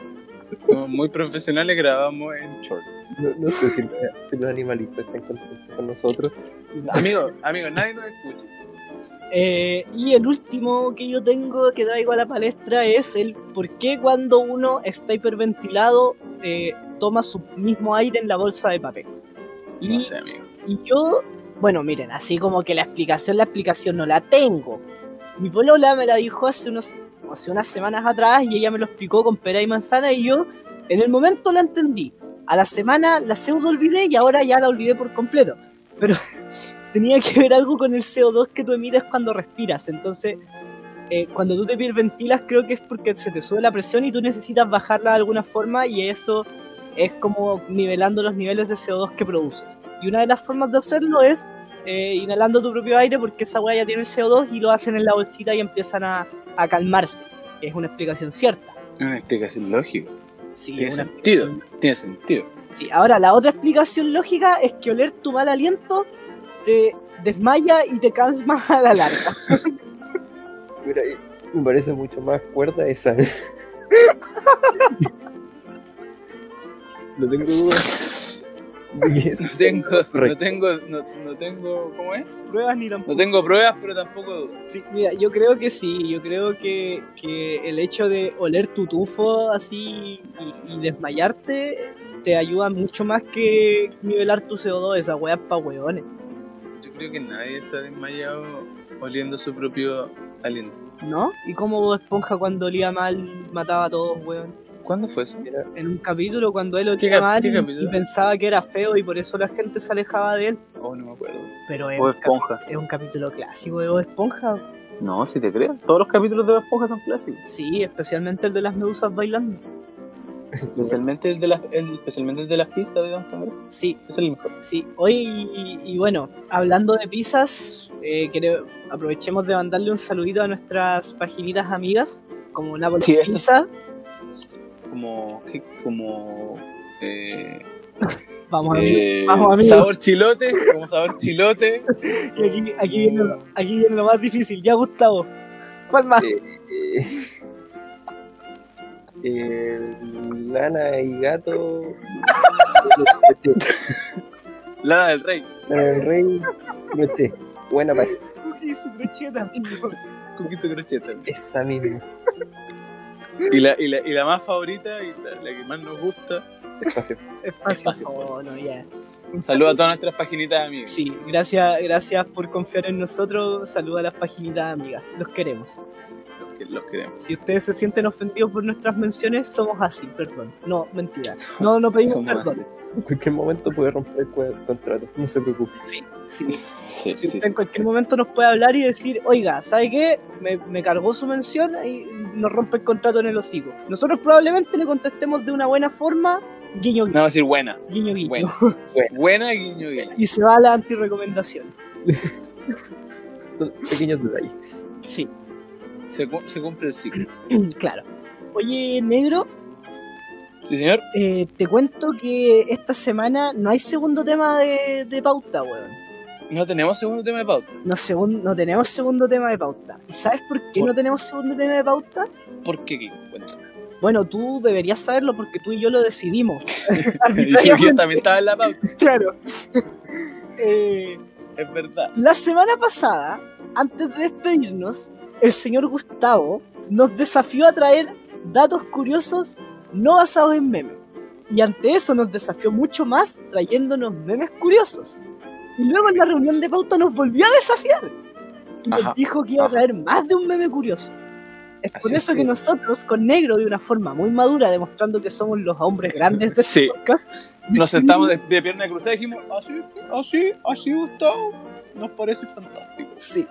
C: Somos muy profesionales, grabamos en short.
A: No, no sé si, si los animalistas están contentos con nosotros.
C: Amigo, amigo, nadie nos escucha.
B: Eh, y el último que yo tengo que traigo a la palestra es el por qué cuando uno está hiperventilado eh, toma su mismo aire en la bolsa de papel. Y
C: No sé, amigo.
B: Y yo, bueno, miren, así como que la explicación, la explicación no la tengo. Mi polola me la dijo hace unos hace unas semanas atrás y ella me lo explicó con pera y manzana y yo en el momento la entendí. A la semana la pseudo olvidé y ahora ya la olvidé por completo. Pero tenía que ver algo con el CO2 que tú emites cuando respiras. Entonces, eh, cuando tú te hiperventilas creo que es porque se te sube la presión y tú necesitas bajarla de alguna forma y eso es como nivelando los niveles de CO2 que produces. Y una de las formas de hacerlo es eh, inhalando tu propio aire porque esa hueá ya tiene el CO2 y lo hacen en la bolsita y empiezan a, a calmarse. que Es una explicación cierta.
C: Es una explicación lógica.
B: Sí,
C: Tiene
B: es una-
C: sentido. Tiene sentido.
B: sí. Ahora, la otra explicación lógica es que oler tu mal aliento te desmaya y te calma a la larga.
A: Mira, eh, me parece mucho más cuerda esa. no tengo dudas de que es
C: No tengo, no
A: Correcto.
C: tengo, no, no tengo, ¿cómo es?
B: Pruebas ni
C: No
B: tampoco.
C: tengo pruebas, pero tampoco dudas.
B: Sí, mira, yo creo que sí, yo creo que, que el hecho de oler tu tufo así y, y desmayarte te ayuda mucho más que nivelar tu CO2, esa weá pa' weones.
C: Yo creo que nadie se ha desmayado oliendo su propio aliento.
B: ¿No? ¿Y cómo Bob Esponja cuando olía mal mataba a todos, weón?
C: ¿Cuándo fue eso?
B: En un capítulo cuando él
C: ¿Qué
B: olía
C: cap-
B: mal
C: qué
B: y,
C: capítulo?
B: y pensaba que era feo y por eso la gente se alejaba de él.
C: Oh, no me acuerdo.
B: Pero es,
C: O
B: un cap-
C: Esponja.
B: es un capítulo clásico de Bob Esponja.
C: No, si te creo. Todos los capítulos de Bob Esponja son clásicos.
B: Sí, especialmente el de las medusas bailando.
C: Especialmente el de las, el- especialmente el de las pizzas de Don Cangrejo.
B: Sí,
C: Eso es el mejor.
B: Sí, hoy, y, y bueno, hablando de pizzas, eh, creo- aprovechemos de mandarle un saludito a nuestras paginitas amigas, como Napoli
C: Sí, esto-
B: Pizza.
C: Como, ¿qué? como, eh,
B: Vamos a ver.
C: eh,
B: vamos, amigo.
C: sabor chilote, como sabor chilote.
B: Y aquí, aquí, viene, lo- aquí viene lo más difícil. Ya, Gustavo. ¿Cuál más?
A: Eh, eh, eh, lana y gato. Noche,
C: Lana del Rey.
A: Lana del rey. Noche. Buena pa-
B: Cookies y brocheta.
C: Cookies y crochet también.
A: Esa misma.
C: Y la, y la, y la más favorita y la, la que más nos gusta
A: Espacio.
B: Espacio
C: Espacio.
B: Fono, ya.
C: Saludos a todas nuestras paginitas, amigos.
B: Sí, gracias, gracias por confiar en nosotros. Saluda a las paginitas amigas. Los queremos.
C: Los, que, los queremos.
B: Si ustedes se sienten ofendidos por nuestras menciones, somos así, perdón. No, mentira. No, no pedimos
C: Somos
B: perdón.
A: En cualquier momento puede romper el cue- contrato, no se preocupe.
B: Sí, sí.
C: así. Sí,
B: Si
C: sí,
B: usted en cualquier momento nos puede hablar y decir, oiga, ¿sabe qué? Me, me cargó su mención y nos rompe el contrato en el hocico. Nosotros probablemente le contestemos de una buena forma, guiño,
C: No,
B: guiño,
C: va a decir buena.
B: guiño, guiño.
C: Bueno. Buena, guiño, guiño.
B: Y se va a la antirecomendación.
A: Son pequeños detalles.
B: Sí,
C: Se, cu- se cumple el ciclo.
B: claro. Oye, negro,
C: Sí, señor.
B: eh, te cuento que esta semana no hay segundo tema de, de pauta, weón.
C: No tenemos segundo tema de pauta.
B: No, segun- no tenemos segundo tema de pauta. ¿Y sabes por qué
C: Por-
B: no tenemos segundo tema de pauta?
C: ¿Por qué, Kiko? Cuéntame.
B: Bueno, tú deberías saberlo porque tú y yo lo decidimos.
C: Y yo- yo
B: Arbitrariamente.
C: también estaba en la pauta.
B: Claro. Eh,
C: Es verdad.
B: la semana pasada, antes de despedirnos, el señor Gustavo nos desafió a traer datos curiosos no basados en memes. Y ante eso nos desafió mucho más trayéndonos memes curiosos. Y luego en la reunión de pauta nos volvió a desafiar. Y
C: Ajá,
B: nos dijo que iba a
C: ajá.
B: traer más de un meme curioso. Es por
C: Así
B: eso
C: es.
B: que nosotros, con Negro, de una forma muy madura, demostrando que somos los hombres grandes de este
C: Sí.
B: podcast,
C: Nos sentamos de, de pierna cruzada y dijimos, así, así, así, Gustavo. Nos parece fantástico.
B: Sí.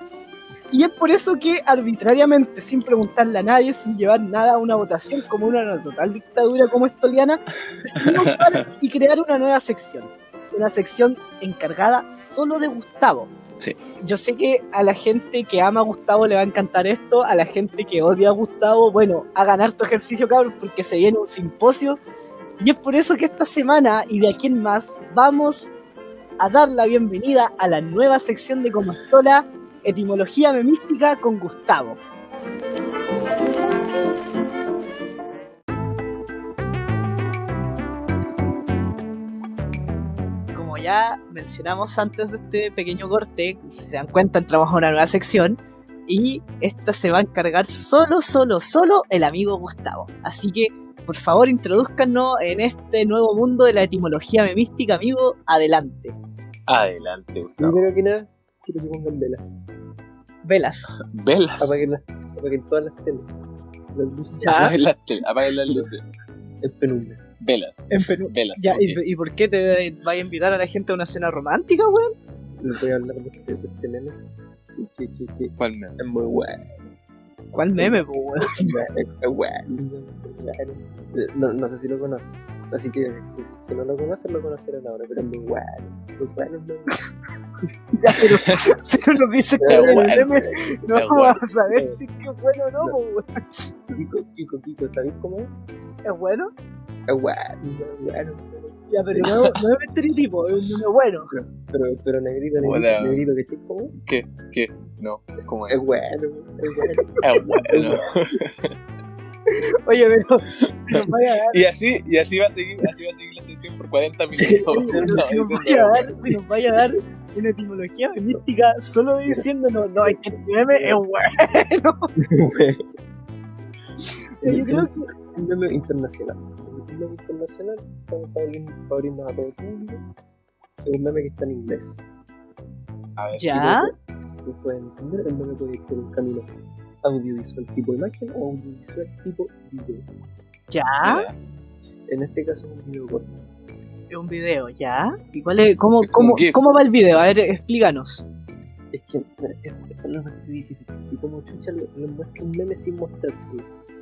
B: Y es por eso que arbitrariamente, sin preguntarle a nadie, sin llevar nada a una votación como una total dictadura como estoliana, decidimos parar y crear una nueva sección. Una sección encargada solo de Gustavo.
C: Sí.
B: Yo sé que a la gente que ama a Gustavo le va a encantar esto, a la gente que odia a Gustavo, bueno, a ganar tu ejercicio, cabrón, porque se viene un simposio. Y es por eso que esta semana, y de aquí en más, vamos a dar la bienvenida a la nueva sección de Como Estola, Etimología Memística con Gustavo. Como ya mencionamos antes de este pequeño corte, si se dan cuenta, entramos a una nueva sección. Y esta se va a encargar solo, solo, solo el amigo Gustavo. Así que, por favor, introduzcanos en este nuevo mundo de la etimología memística, amigo. Adelante.
C: Adelante,
A: Primero que nada, quiero que pongan velas.
B: Velas.
C: Velas.
A: Apaguen, las, apaguen todas las telas. Las luces.
B: Ya.
C: Apaguen las, tele- apaguen las luces.
A: El penumbra.
C: Velas.
B: En Perú.
C: Velas.
B: Ya,
C: ok.
B: ¿y- ¿y, por qué te va a invitar a la gente a una cena romántica, weón?
A: Les voy a hablar de este, de este nene. Que, que, que
C: ¿Cuál me-
A: es muy bueno.
B: ¿Cuál meme, po, weón?
A: es bueno, es bueno. No, no sé si lo conocen. Así que si no lo conocen, lo conocerán ahora. Pero es muy bueno. Muy bueno, muy bueno.
B: Ya, pero si no nos dices que
C: Eh,
B: es el
C: bueno,
B: meme, no
C: eh,
B: vamos
C: bueno.
B: a saber si es que es bueno o no, po, weón.
A: Kiko, Kiko, Kiko, ¿sabéis cómo es?
B: ¿Es bueno?
A: Es bueno, es bueno. es bueno.
B: Ya, pero no, no es estereotipo, es un meme bueno.
A: Pero, pero negrito,
C: Hola.
A: negrito, negrito, que chico, ¿cómo es?
C: ¿Qué? ¿Qué? No, ¿cómo es?
A: es bueno, es bueno.
C: Es bueno.
B: Oye, pero nos vaya a dar,
C: Y así, y así va a seguir, así va a seguir la sección por 40 minutos. No,
B: si nos vaya a dar, si nos vaya a dar una etimología mística solo de diciéndonos, no, es que el meme es bueno. Yo creo que
A: Un meme internacional. Un meme internacional para, para, abrir- para abrirnos a todo el público. Es un meme que está en inglés.
B: ya,
A: Tú puedes entender, el meme puede ir por un camino audiovisual tipo imagen o audiovisual tipo video.
B: ya,
A: En este caso es un video corto.
B: es un video, ya. ¿Y cuál es, cómo,
C: Es como
B: cómo,
C: GIF.
B: cómo va el video? A ver, explícanos.
A: Es que eh, esta es la parte difícil. Y como chucha le, le muestra un meme sin mostrarse.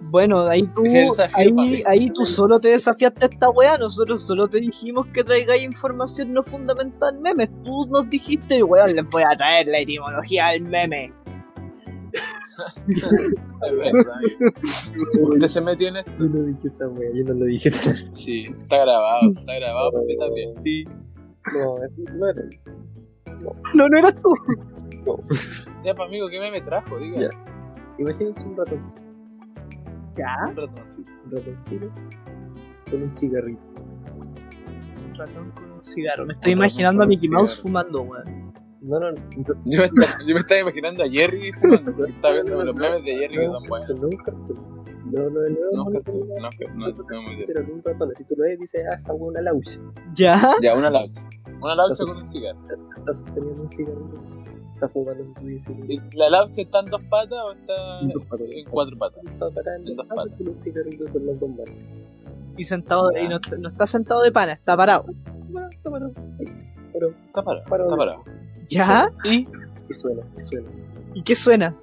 B: Bueno, ahí tú,
C: Ese es el desafío,
B: ahí,
C: papi.
B: ahí tú solo te desafiaste a esta weá, nosotros solo te dijimos que traigáis información no fundamental en memes, tú nos dijiste, weón, les voy a traer la etimología del meme.
C: ¿Dónde se metió en esto?
A: Yo no dije esa wea, yo no lo dije.
C: Sí, está grabado, está grabado completamente. Sí,
A: No, es- no era.
B: No, no eras tú.
C: ya, pa, amigo, ¿qué meme trajo? Diga,
A: Ya. Imagínense un ratoncito,
B: Ya,
C: un ratoncito.
A: un ratoncito con un cigarrito.
B: un ratón con un cigarro. Me estoy imaginando a Mickey Mouse fumando, weón.
A: No, no, yo
C: Yo me, estaba, yo me estaba imaginando a Jerry fumando, porque estaba viendo los memes de Jerry que
A: no,
C: son buenos.
A: no, un cartón. No, no, no,
C: No,
A: no,
C: Carter,
A: no,
C: no, que- no, no, muy bien.
A: Pero en un ratón, si tú lo ves, dices, ah, esa hueá una laucha.
B: ¿Ya?
C: Ya, una laucha. Una laucha con un cigarro.
A: Está sosteniendo un cigarrillo. Está fumando su cigarrillo.
C: ¿Y ¿La laucha está en dos patas o está
A: En dos patas.
C: en cuatro patas?
A: Está parando
C: En dos
A: ah, con un cigarrillo con las dos manos.
B: Y sentado, y no, no está sentado de pana, está parado.
A: Bueno, está parado. Ahí. Pero,
C: Está parado,
A: Parado.
C: está parado.
B: ¿Ya?
C: Y
A: y suena, y suena.
B: ¿Y qué suena?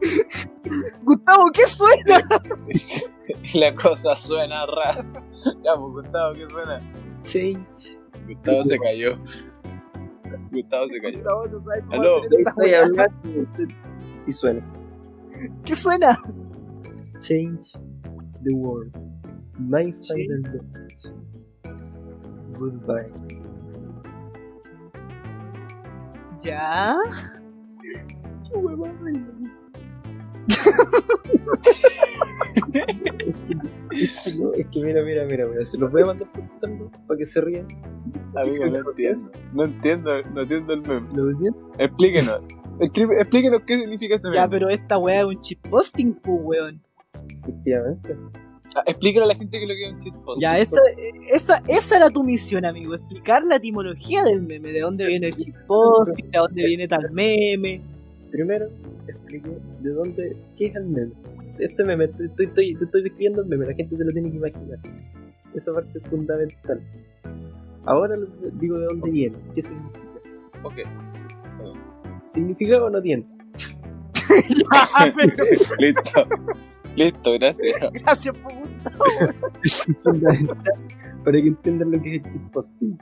B: Gustavo, ¿qué suena?
C: la cosa suena rara. Ya, pues Gustavo, ¿qué suena?
A: Change.
C: Gustavo se cayó. Gustavo se cayó.
B: Gustavo, no sabes cómo
C: Aló.
B: hacer esta
A: Voy a
B: weá.
A: hablar. Y suena.
B: ¿Qué suena?
A: Change the world. My final message. Goodbye.
B: ¿Ya?
A: Qué hueva, es, que, no, es que mira, mira, mira, mira, se los voy a mandar por interno para que se rían.
C: Amigo, no entiendo. No entiendo, no entiendo el meme.
A: ¿Lo entienden?
C: Explíquenos. Escri- Explíquenos qué significa ese
B: Ya,
C: meme.
B: pero esta weá es un shitposting, pues, weón.
A: Efectivamente.
C: Ah, Explíquenle a la gente que lo que es un shitpost.
B: Ya, esa, esa, esa era tu misión, amigo, explicar la etimología del meme, de dónde viene el shitposting, de dónde viene tal meme.
A: Primero, expliqué de dónde, qué es el meme. Este meme, te estoy, estoy, te estoy describiendo el meme, la gente se lo tiene que imaginar. Esa parte es fundamental. Ahora les digo de dónde viene, qué significa.
C: Ok.
A: ¿Significado o no tiene?
B: Ah,
C: Listo. Listo, gracias.
B: gracias, pues, Gustavo.
A: Es fundamental para que entiendan lo que es el shitposting.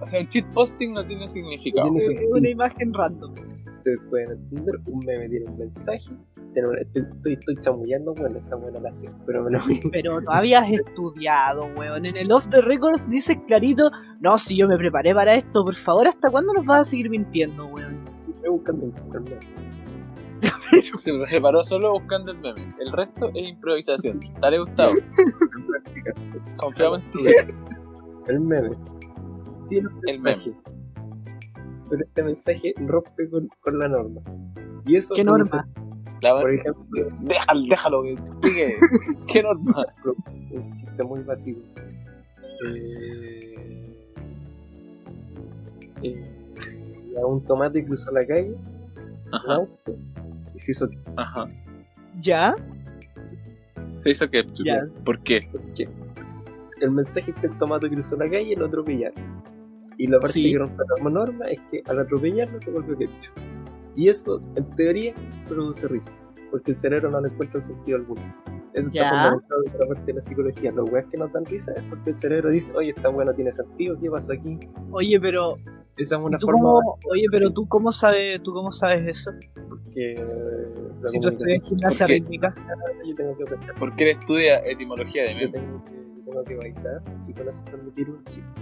C: O sea, un shitposting no tiene significado.
A: Tiene
B: Es
A: sentido.
B: una imagen random.
A: ustedes pueden entender, un meme tiene un mensaje, tiene una- estoy, estoy, estoy chamullando, bueno, está buena la sé, pero me lo voy
B: Pero no habías estudiado, weón. En el Off the Records dices clarito, no, si yo me preparé para esto, por favor, ¿hasta cuándo nos vas a seguir mintiendo, weón?
A: estoy buscando en Google, ¿no?
C: Se preparó solo buscando el meme. El resto es improvisación. Dale, Gustavo. Confiamos en ti.
A: El meme tiene un
C: El
A: mensaje, pero este mensaje rompe con, con la norma. Y eso
B: ¿Qué
A: no
B: norma?
C: La-
A: se- por ejemplo,
C: Déjalo, déjalo que explique. Qué normal.
A: un chiste muy vacío. Eh, eh, a un tomate cruzó la calle, un
C: Ajá,
A: auto, y se hizo
C: ajá.
B: ¿Ya?
C: Se hizo ketchup.
B: Ya.
C: ¿Por qué?
A: ¿Por qué? El mensaje es que el tomate cruzó la calle y lo atropellaron. Y la parte
B: Sí.
A: que rompe la norma es que al atropellarlo se vuelve pecho. Y eso, en teoría, produce risa. Porque el cerebro no le encuentra sentido alguno. Eso
B: Ya.
A: está fundamentado en otra parte de la psicología. Los weas que no dan risa es porque el cerebro dice, oye, esta wea no tiene sentido, ¿qué pasó aquí?
B: Oye, pero
A: Esa es una
B: ¿tú
A: forma
B: cómo, oye, pero tú cómo sabes, tú cómo sabes eso?
A: porque la
B: Si tú
A: comunicación-
B: estudias gimnasia
C: ¿Por qué?
B: rítmica.
A: yo tengo que aprender,
C: ¿Por qué él estudia etimología de
A: yo
C: meme?
A: tengo que, yo tengo que bailar y con eso transmitir un chiste.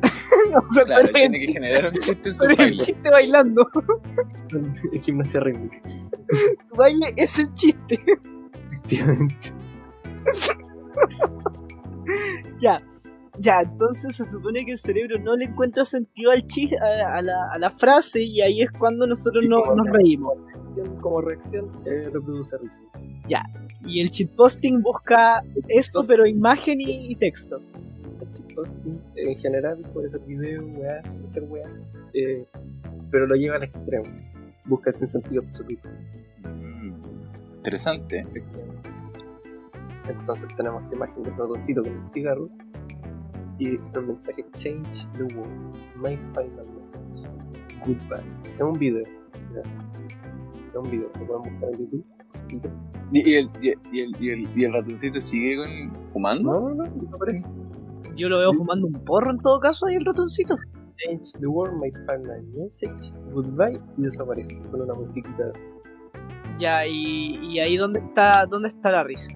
B: O sea,
C: Claro, él
B: pero,
C: tiene que generar un chiste en su
B: pero el
C: baile.
B: chiste bailando.
A: En gimnasia rítmica,
B: Tu baile es el chiste.
A: efectivamente.
B: Ya, ya, entonces se supone que el cerebro no le encuentra sentido al chiste, a, a la, a la frase y ahí es cuando nosotros
A: Sí,
B: no-
A: como
B: nos
A: que-
B: reímos.
A: como reacción eh, reproduce risa.
B: Y el shitposting busca eso,
A: Entonces,
B: pero imagen y, y texto.
A: el shitposting, eh, en general puede ser video, weá, cualquier weá, eh, pero lo lleva al extremo. Busca sin sentido absoluto.
C: Mm, Interesante.
A: efectivamente. Entonces tenemos esta imagen de ratoncito con el cigarro y el mensaje Change the world, my final message, goodbye. Es un video. ya. Es un video, lo pueden buscar en YouTube.
C: ¿Y, y el, y, el- y el, y, el, y el ratoncito sigue con- fumando?
A: No, no, no, no aparece.
B: Yo lo veo fumando un porro en todo caso ahí el ratoncito.
A: Change the world, my final message, goodbye y desaparece con una musiquita
B: Ya, y, y ahí dónde está, dónde está la risa.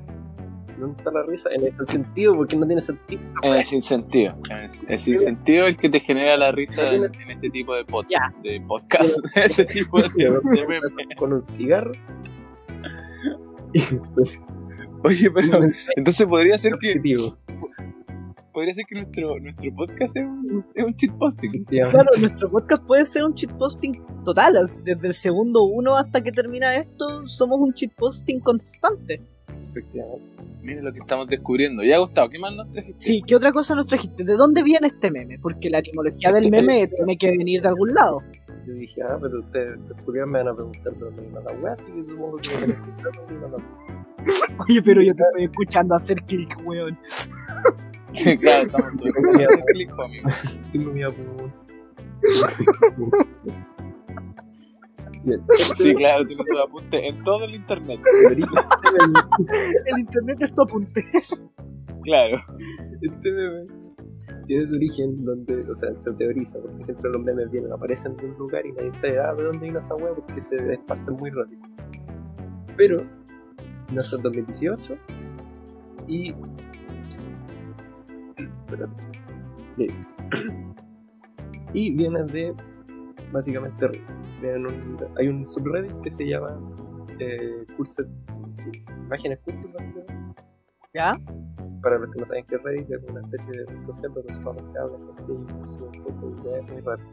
A: ¿Dónde está la risa? En este sentido, porque no tiene sentido.
C: Ah, Es sin sentido. Ah, Es sin sentido el que te genera la risa en, en este tipo de, pod-
B: Ya.
C: de podcast. este tipo de, de meme.
A: Con un cigarro.
C: Oye, pero
A: Un mensaje
C: entonces podría ser que
A: objetivo.
C: podría ser que nuestro, nuestro podcast es un, es un shitposting.
B: Claro, nuestro podcast puede ser un shitposting total. as- Desde el segundo uno hasta que termina esto, somos un shitposting constante.
A: Efectivamente.
C: Miren lo que estamos descubriendo. Ya, Gustavo, ¿qué más nos trajiste?
B: Sí, ¿qué otra cosa nos trajiste? ¿De dónde viene este meme? Porque la etimología del meme tiene que venir de algún lado.
A: Yo dije, ah, pero ustedes, ustedes culiados me van a preguntar de dónde viene la weá, así que supongo que me van a escuchar dónde viene la weá.
B: Oye, pero yo te estoy escuchando hacer clic, weón.
C: claro, estamos todos
A: Tengo miedo.
C: haciendo clic, po, amigo.
A: Tengo miedo, pues. este
C: Sí, claro, tengo sus apuntes en todo el internet.
B: El internet es tu apunte.
C: Claro.
A: Este meme tiene su origen donde, o sea, se teoriza, porque siempre los memes vienen, aparecen de un lugar y nadie sabe ah, de dónde vino esa wea porque se esparcen muy rápido. Pero, nace en 2018 y. Espérate. Ya hice. Y viene de. Básicamente, Reddit. Viene en un- hay un subreddit que se llama eh, Cursed. Páginas Cursed, básicamente
B: ¿Ya?
A: para los que no saben que Reddit es una especie de red social donde solamente habla gente y sube fotos y weas muy raras.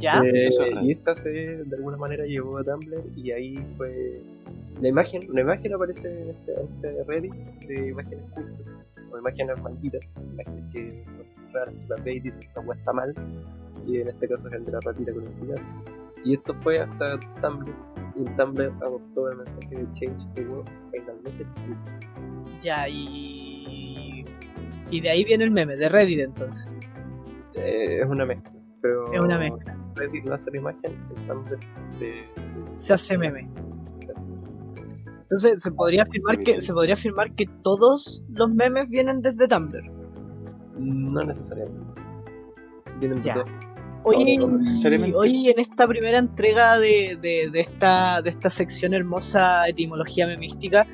B: ¿Ya?
A: Eh,
C: Eso es Reddit.
A: y esta se de alguna manera llegó a Tumblr y ahí fue la imagen, una imagen aparece en este, en este Reddit de imágenes cursos o imágenes malditas, imágenes que son raras, tú las ves y dices esta wea está mal, y en este caso es el de la ratita con el cigarro. Y esto fue hasta Tumblr, y Tumblr adoptó el mensaje de change the world, final message, y
B: Ya, y... Y de ahí viene el meme, de Reddit entonces.
A: Eh, es una mezcla. Pero
B: Mm. Es una mezcla.
A: Reddit lanza la imagen, el Tumblr se, se,
B: Se hace meme.
A: se hace.
B: Entonces, se podría afirmar que, se podría afirmar que todos los memes vienen desde Tumblr.
A: No necesariamente. Vienen
B: Ya.
A: de todo.
B: Oye,
A: No, no
B: y,
C: necesariamente.
B: oye, en esta primera entrega de, de- de esta, de esta sección hermosa etimología memística,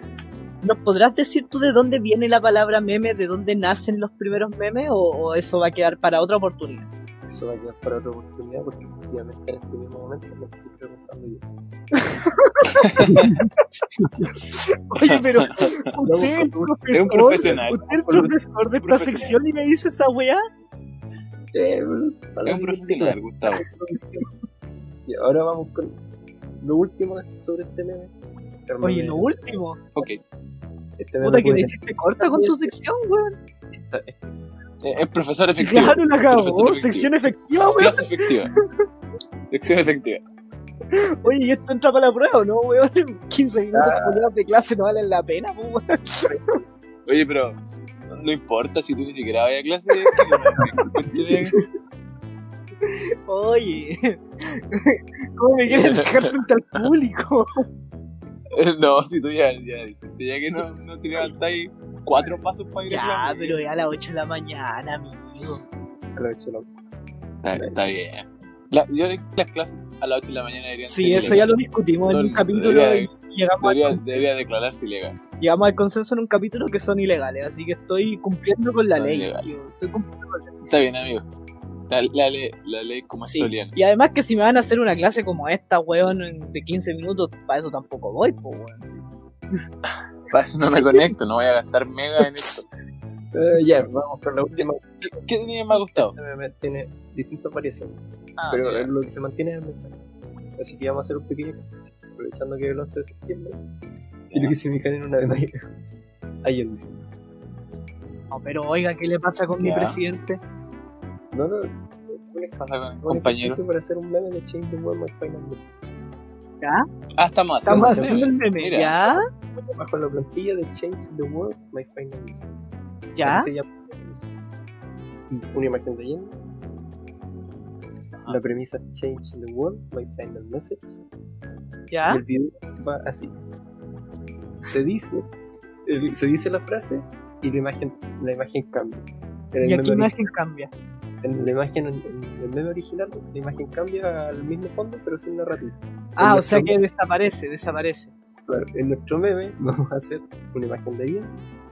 B: ¿nos podrás decir tú de dónde viene la palabra meme, de dónde nacen los primeros memes o, o eso va a quedar para otra oportunidad?
A: Eso va a quedar para otra oportunidad porque efectivamente en este mismo momento me estoy preguntando yo.
B: Oye, pero usted es
C: Es un
B: profesor,
C: profesional.
B: usted es profesor de esta
C: Profesional.
B: sección y me dice esa weá.
A: Eh, para
C: Es un
A: la siguiente
C: profesional, Gustavo.
A: claro. Y ahora vamos con lo último sobre este meme. Hermano,
B: Oye, lo último.
C: Ok. Eh,
A: Este meme
B: Puta que
A: puede-
B: te hiciste corta con tu sección, weón.
C: eh, Es profesor efectivo.
B: Claro, la acabó.
C: Perfecto,
B: Sección efectiva, weón.
C: Clase efectiva. Sección efectiva.
B: Oye, ¿y esto entra para la prueba o no, weón? 15 minutos culiados de clase no valen la pena, po, weón.
C: Oye, pero no importa si tú ni siquiera vayas a clase. que- que-
B: Oye, ¿cómo me quieres dejar frente al público?
C: que- Eh, No, si tú ya, ya, dijiste, ya que no, no te levantáis cuatro pasos para ir a
B: Ya,
C: clase.
B: pero ya a las 8 de la mañana, amigo.
A: Lo he hecho loco.
C: Está, está bien. La- yo creo que las clases a las 8 de la mañana deberían
B: Sí,
C: ser
B: eso ya lo discutimos en un
C: Debería-
B: capítulo y llegamos, al-
C: Debería, debería declararse ilegal.
B: llegamos al consenso en un capítulo que son ilegales, así que estoy cumpliendo con la
C: Son
B: ley.
C: ilegales.
B: tío. Estoy cumpliendo con la ley.
C: Está bien, amigo. La, la, ley- la ley como
B: Sí,
C: estoliana.
B: Y además que si me van a hacer una clase como esta, weón, en- de 15 minutos, para eso tampoco voy, po, weón.
C: Para eso no me conecto, no voy a gastar mega en esto.
A: Eh, ya, vamos con la última.
C: ¿Qué, qué tenía más gustado?
A: Este meme tiene distintas variaciones.
B: Ah,
A: pero
C: ya.
A: lo que se mantiene es el mensaje. Así que vamos a hacer un pequeño ejercicio, aprovechando que es el 11 de septiembre. Y lo que se fijan en una medalla. Allende.
B: No, pero oiga, ¿qué le pasa con mi
C: Ya.
B: presidente?
A: No, no, un
C: ¿Qué
A: ejercicio,
C: pasa con el
A: un
C: compañero?
A: ejercicio para hacer un meme de Change the World My Final Message.
B: ¿Ya?
C: Ah, estamos haciendo.
B: Estamos
A: sí,
B: haciendo el meme,
C: Mira.
B: ¿ya?
A: Bajo la plantilla de Change the World My Final Message.
B: ¿Ya?
A: Así se llama. Una imagen de Allende. La premisa Change the World My Final Message.
B: ¿Ya?
A: Y el video va así. Se dice, el- se dice la frase y la imagen, la imagen cambia. En el,
B: ¿Y a
A: meme,
B: qué
A: ori-
B: imagen cambia?
A: en la imagen, en, en el meme original, la imagen cambia al mismo fondo, pero sin narrativa.
B: Ah,
A: En
B: o sea
A: nuestro-
B: que desaparece, desaparece.
A: Claro, en nuestro meme vamos a hacer una imagen de ella,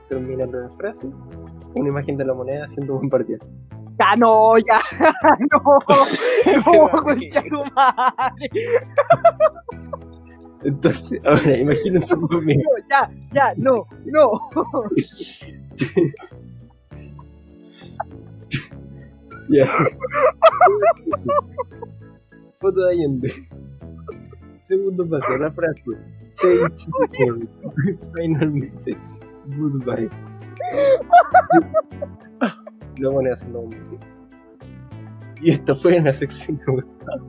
A: terminando de frase, una imagen de la moneda siendo bombardeada.
B: ¡Ya no! ¡Ya! ¡No! ¡No,
C: Pero,
B: concha tu madre!
A: Entonces, ahora imagínense un meme.
B: ¡No, ¡Ya! ¡Ya! ¡No! ¡No!
A: Ya. Foto de Allende. Segundo paso, la frase. Change the world. Final message. Goodbye. Lo pone haciendo un Y esto fue en la sección de Gustavo.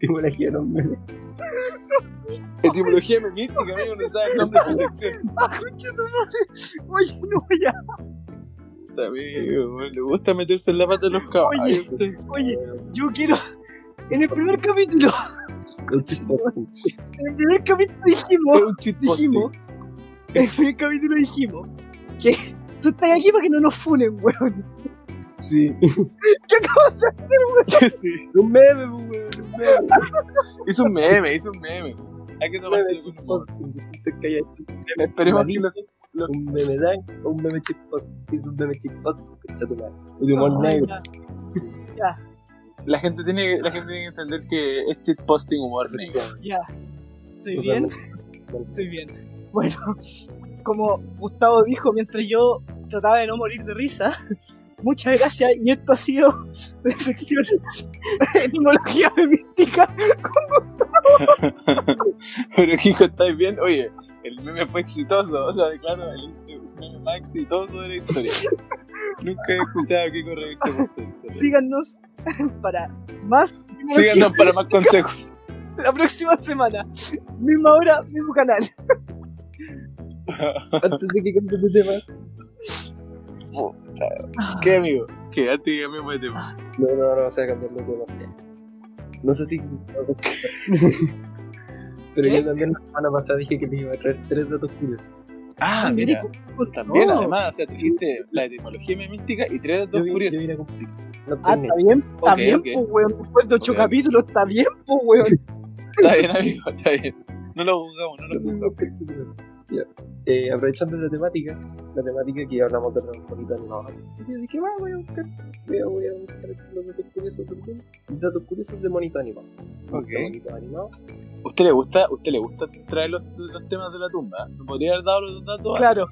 A: Etimología no me.
C: Etimología memística, amigo, no sabe el nombre de su sección.
B: Oye, no, ya.
C: Amigo, le gusta meterse en la pata de los caballos.
B: Oye.
A: este
C: usted.
A: É
B: Oye,
A: um
B: yo quiero. En el primer capítulo, en el primer capítulo dijimos.
C: Es un chiste.
B: dijimos. En el primer capítulo dijimos que tú estás aquí para que no nos funen, weón.
A: Sí.
B: ¿Qué acabas de
C: Sí.
A: Un Um meme, weón. Un meme.
C: Hizo un meme, hizo un meme. Hay que
A: Un meme
C: tomarse con humor.
A: chistosín, dijiste que é hay aquí.
C: Esperemos que
A: Amarillo, Un meme dan, un meme chistosín, es un meme chistosín, concha tu madre. Un de humor negro.
C: la gente tiene que, la gente tiene que entender que es shit posting humor negro.
B: Ya, ya. Estoy
A: O sea,
B: bien,
A: no- no-
B: estoy bien. Bueno, como Gustavo dijo mientras yo trataba de no morir de risa, muchas gracias y esto ha sido la sección etimología mística.
C: Pero hijo, ¿estáis bien? Oye, el meme fue exitoso, o sea, claro, el meme más exitoso de la historia. Nunca he escuchado a Kiko reírse por tanto.
B: Síganos para más. etimología
C: Síganos para más consejos.
B: La próxima semana, misma hora, mismo canal.
A: Antes de que cambie de tema.
C: ¿Qué, amigo? Que antes que cambiemos de tema.
A: No, no, no, o sea, cambiando de tema. No sé si. Pero
B: ¿Qué?
A: yo también la semana pasada dije que les iba a traer tres datos curiosos.
C: Ah, mira. También,
B: No.
C: además, o sea, trajiste la etimología memística y tres
A: Yo
C: datos
A: vi- yo
C: curiosos.
A: vine a cumplir. No
B: Ah,
A: estoy
B: está bien, está
C: Ok,
B: bien,
C: ok.
B: pues, weón. Después de ocho
C: Ok.
B: capítulos, está bien, pues, weón.
C: Está bien, amigo, está bien. No lo juzgamos, no lo juzgamos.
A: negro. Ya. Eh, aprovechando la temática, la temática que ya hablamos de los bonitos animados al principio, dije, va, voy a buscar, voy a, voy a buscar los datos curiosos también. Datos curiosos de monitos animados.
C: Ok.
A: De monitos animados.
C: ¿Usted le gusta, usted le gusta traer los, los temas de la tumba? ¿No podría haber dado los datos
B: Claro,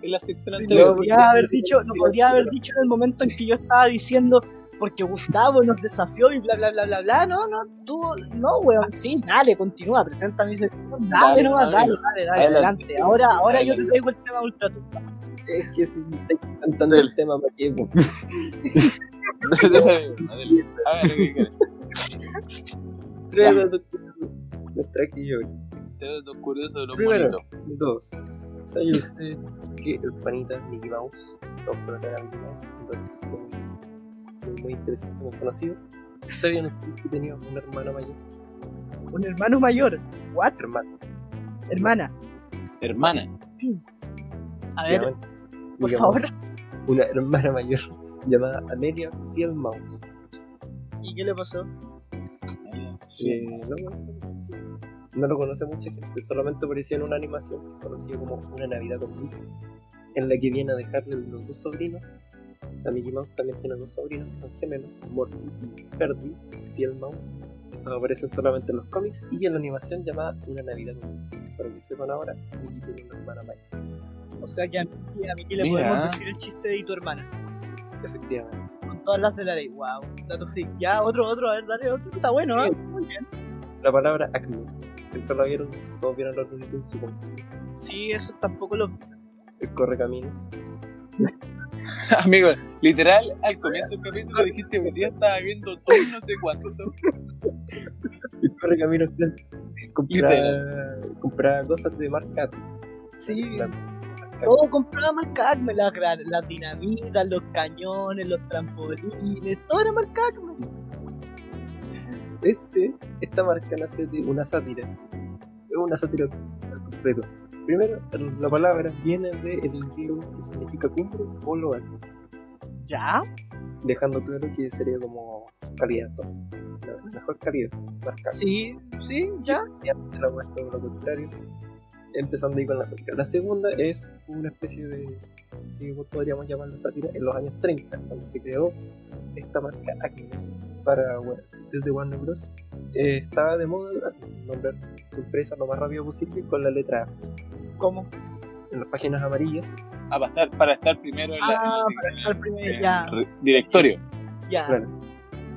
C: en la sección
B: no
C: anterior?
B: podría haber dicho, no podría haber dicho en el momento en que yo estaba diciendo, porque Gustavo nos desafió y bla, bla, bla, bla, bla. No, no, tú, no, weón. Sí, dale, continúa, presenta mi sección. Dale
C: Dale,
B: nomás, dale,
C: dale.
B: dale, dale,
C: Adelante.
B: adelante. Ahora, ahora yo te
C: Adelante.
B: traigo el tema ultra tumba.
A: Es que si estáis cantando el tema, me quedo.
C: Adelante, haga lo que quiera.
A: Tres
C: Ya.
A: datos curiosos. Los traje yo.
C: Tres datos curiosos de los
A: Primero.
C: bonitos.
A: Dos. ¿Sabe usted que el panita Mickey Mouse, Tom Brother Mickey Mouse, un artista muy, muy, muy interesante, muy conocido? ¿Sabían ustedes que tenía una hermana mayor?
B: Un hermano mayor. What?
A: Hermana.
B: Hermana.
C: Hermana.
B: A ver,
A: llaman,
B: por
A: digamos,
B: favor.
A: Una hermana mayor llamada Amelia Field Mouse.
B: ¿Y qué le pasó?
A: Eh, no, sí. no lo conoce mucha gente, solamente apareció en una animación conocida como Una Navidad con Mickey, en la que viene a dejarle los dos sobrinos. O sea, Mickey Mouse también tiene dos sobrinos que son gemelos, Morty y Ferdy, Field Mouse. Estos aparecen solamente en los cómics y en la animación llamada Una Navidad con Mickey. Para que sepan ahora, Mickey tiene una hermana mayor.
B: O sea que a mí, a mí que le
C: Mira.
B: podemos decir el chiste de tu hermana.
A: Efectivamente.
B: Con todas las de la ley. Wow. Dato freak. Ya, otro, otro. A ver, dale otro. Está bueno,
A: Sí.
B: ¿eh? Muy bien.
A: La palabra acne. Siempre la vieron, todos vieron los Looney Tunes, supongo. que sí.
B: Sí, eso tampoco lo.
A: El correcaminos.
C: Amigo, literal, al comienzo del capítulo dijiste un día estaba viendo todo y no sé cuánto.
A: El correcaminos. claro. Compraba, compraba cosas de marca
B: Sí.
A: La-
B: Todo compraba marca Acme, las, gra- las dinamitas, los cañones, los trampolines, todo era marca Acme.
A: Este, esta marca nace de una sátira. Es una sátira al completo. Primero, la palabra viene del griego que significa cumbre o lugar,
B: Ya,
A: dejando claro que sería como calidad, todo. La la mejor calidad, marca.
B: sí, sí, ya.
A: Y antes la wea es todo lo contrario. Empezando ahí con la sátira. La segunda es una especie de, si podríamos llamarlo sátira, en los años 30, cuando se creó esta marca Acme para bueno, desde Warner Bros. Eh, estaba de moda nombrar tu empresa lo más rápido posible con la letra A.
B: ¿Cómo?
A: en las páginas amarillas.
C: Ah, para estar, para estar primero en la,
B: Ah,
C: en la- en
B: Al
C: el-
B: primer-
C: en
B: ya,
C: el re- directorio.
B: ya.
A: Claro.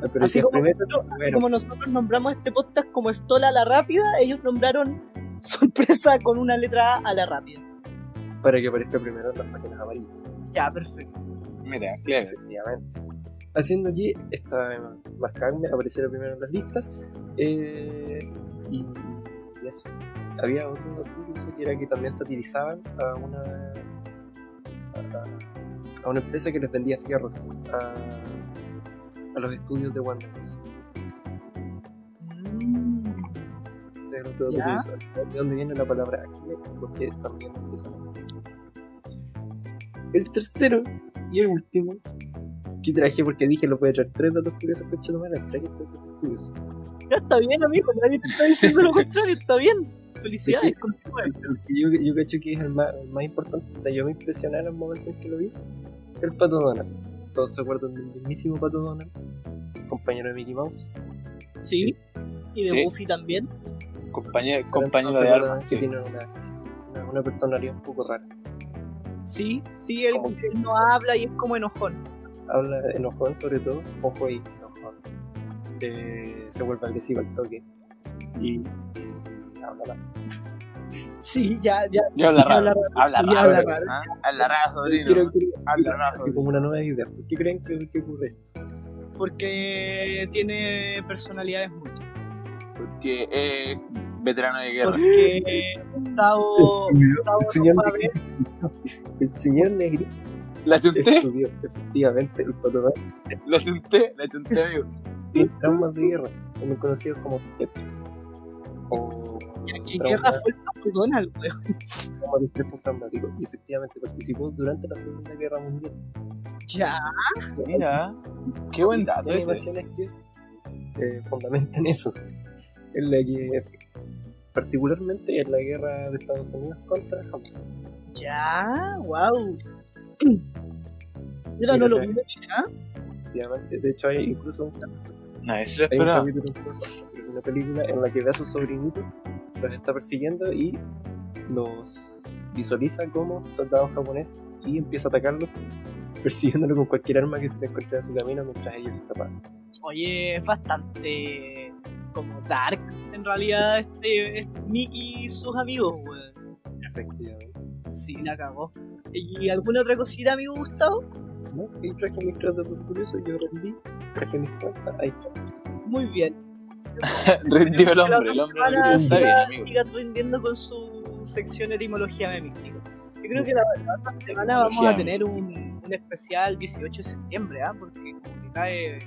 A: Ah, Pero
B: Así
A: si es
B: como
A: primero,
B: nosotros- así
A: primero.
B: como nosotros nombramos este podcast como Estola a la rápida, ellos nombraron sorpresa con una letra A a la rápida.
A: para que aparezca primero en las páginas amarillas,
B: Ya, perfecto.
C: Mira, claro.
A: efectivamente. Haciendo que esta marca Acme apareciera primero en las listas. eh, y, y eso. Había otro curso que era que también satirizaban a una, a, a una empresa que les vendía fierros a, a los estudios de Warner Bros.
B: Mm.
A: Este era otro
B: Ya.
A: curioso. ¿De dónde viene la palabra acme? Porque también empieza con acme. El tercero y el último que traje porque dije lo voy a traer tres datos curiosos coche de madre, traje tres datos curiosos.
B: Ya está bien, amigo. Nadie te está diciendo lo contrario. Está bien. Felicidades.
A: Sí.
B: continúen.
A: El que yo, yo cacho que es el más, el más importante, hasta yo me impresioné en el momento en que lo vi, el Pato Donald. Todos se acuerdan del mismísimo Pato Donald, compañero de Mickey Mouse.
B: Sí. Y de
C: Sí.
B: Buffy también.
C: Compañero,
A: Pero
C: compañero
A: todos se
C: de
A: acuerdan
C: armas.
A: Que
C: sí.
A: tiene una, una, una personalidad un poco rara.
B: Sí, sí, él,
A: Como-
B: él no habla y es como enojón.
A: habla enojón sobre todo, ojo ahí, enojón. Eh, se vuelve agresivo al toque. Y, y habla mal.
B: Sí, ya, ya.
C: Yo habla
B: Habla
C: raro.
B: raro.
C: Habla
B: Sí,
C: raro.
B: habla raro.
C: ¿ah? Habla raro,
A: Quiero-
C: sobrino.
A: quiero-
C: Habla raro,
A: quiero
C: sobrino.
A: como una nueva idea. ¿Por qué creen que, que ocurre esto?
B: Porque tiene personalidades muchas.
C: Porque es veterano de guerra.
B: Porque Gustavo, Gustavo
A: El señor
B: no fue a ver-
A: negrito, el señor negrito
C: La chunté,
A: estudió efectivamente el patrón
C: la chunté, la chunté, amigo.
A: de traumas de guerra, también conocidos como TEP. O
B: ¿Qué
A: traumas-
B: guerra fue el Pato Donald, weón?
A: traumas de estrés postraumático. Y efectivamente participó durante la Segunda Guerra Mundial.
B: Ya.
C: Mira, ¿ah? qué buen dato.
A: Hay
C: ese.
A: animaciones que eh, fundamentan eso. En la que, particularmente en la guerra de Estados Unidos contra Japón.
B: Ya, wow.
A: Mira,
B: Mira, no lo
A: se-
B: vi.
A: Efectivamente, de hecho, hay incluso un,
C: No, eso lo
A: hay un
C: esperaba.
A: capítulo incluso de una película en la que ve a su sobrinito, los está persiguiendo y los visualiza como soldados japoneses y empieza a atacarlos, persiguiéndolo con cualquier arma que se le encuentre a su camino mientras ellos escapan.
B: Oye, es bastante como dark en realidad este, este Mickey y sus amigos, weón.
A: Efectivamente.
B: Sí, la cagó. ¿Y alguna otra cosita, amigo Gustavo?
A: ¿No? Y traje mis tres datos curiosos, yo rendí, traje mis cuentas, ahí está.
B: Muy bien.
C: Rindió el
B: La otra
C: Este hombre, el hombre
B: semana
C: rindió. Está bien,
B: siga-
C: amigo.
B: siga rindiendo con su sección etimología memística. Yo creo que la, la otra semana vamos a
C: Etimología
B: tener un, un especial 18 de septiembre, ¿ah? Porque como que cae...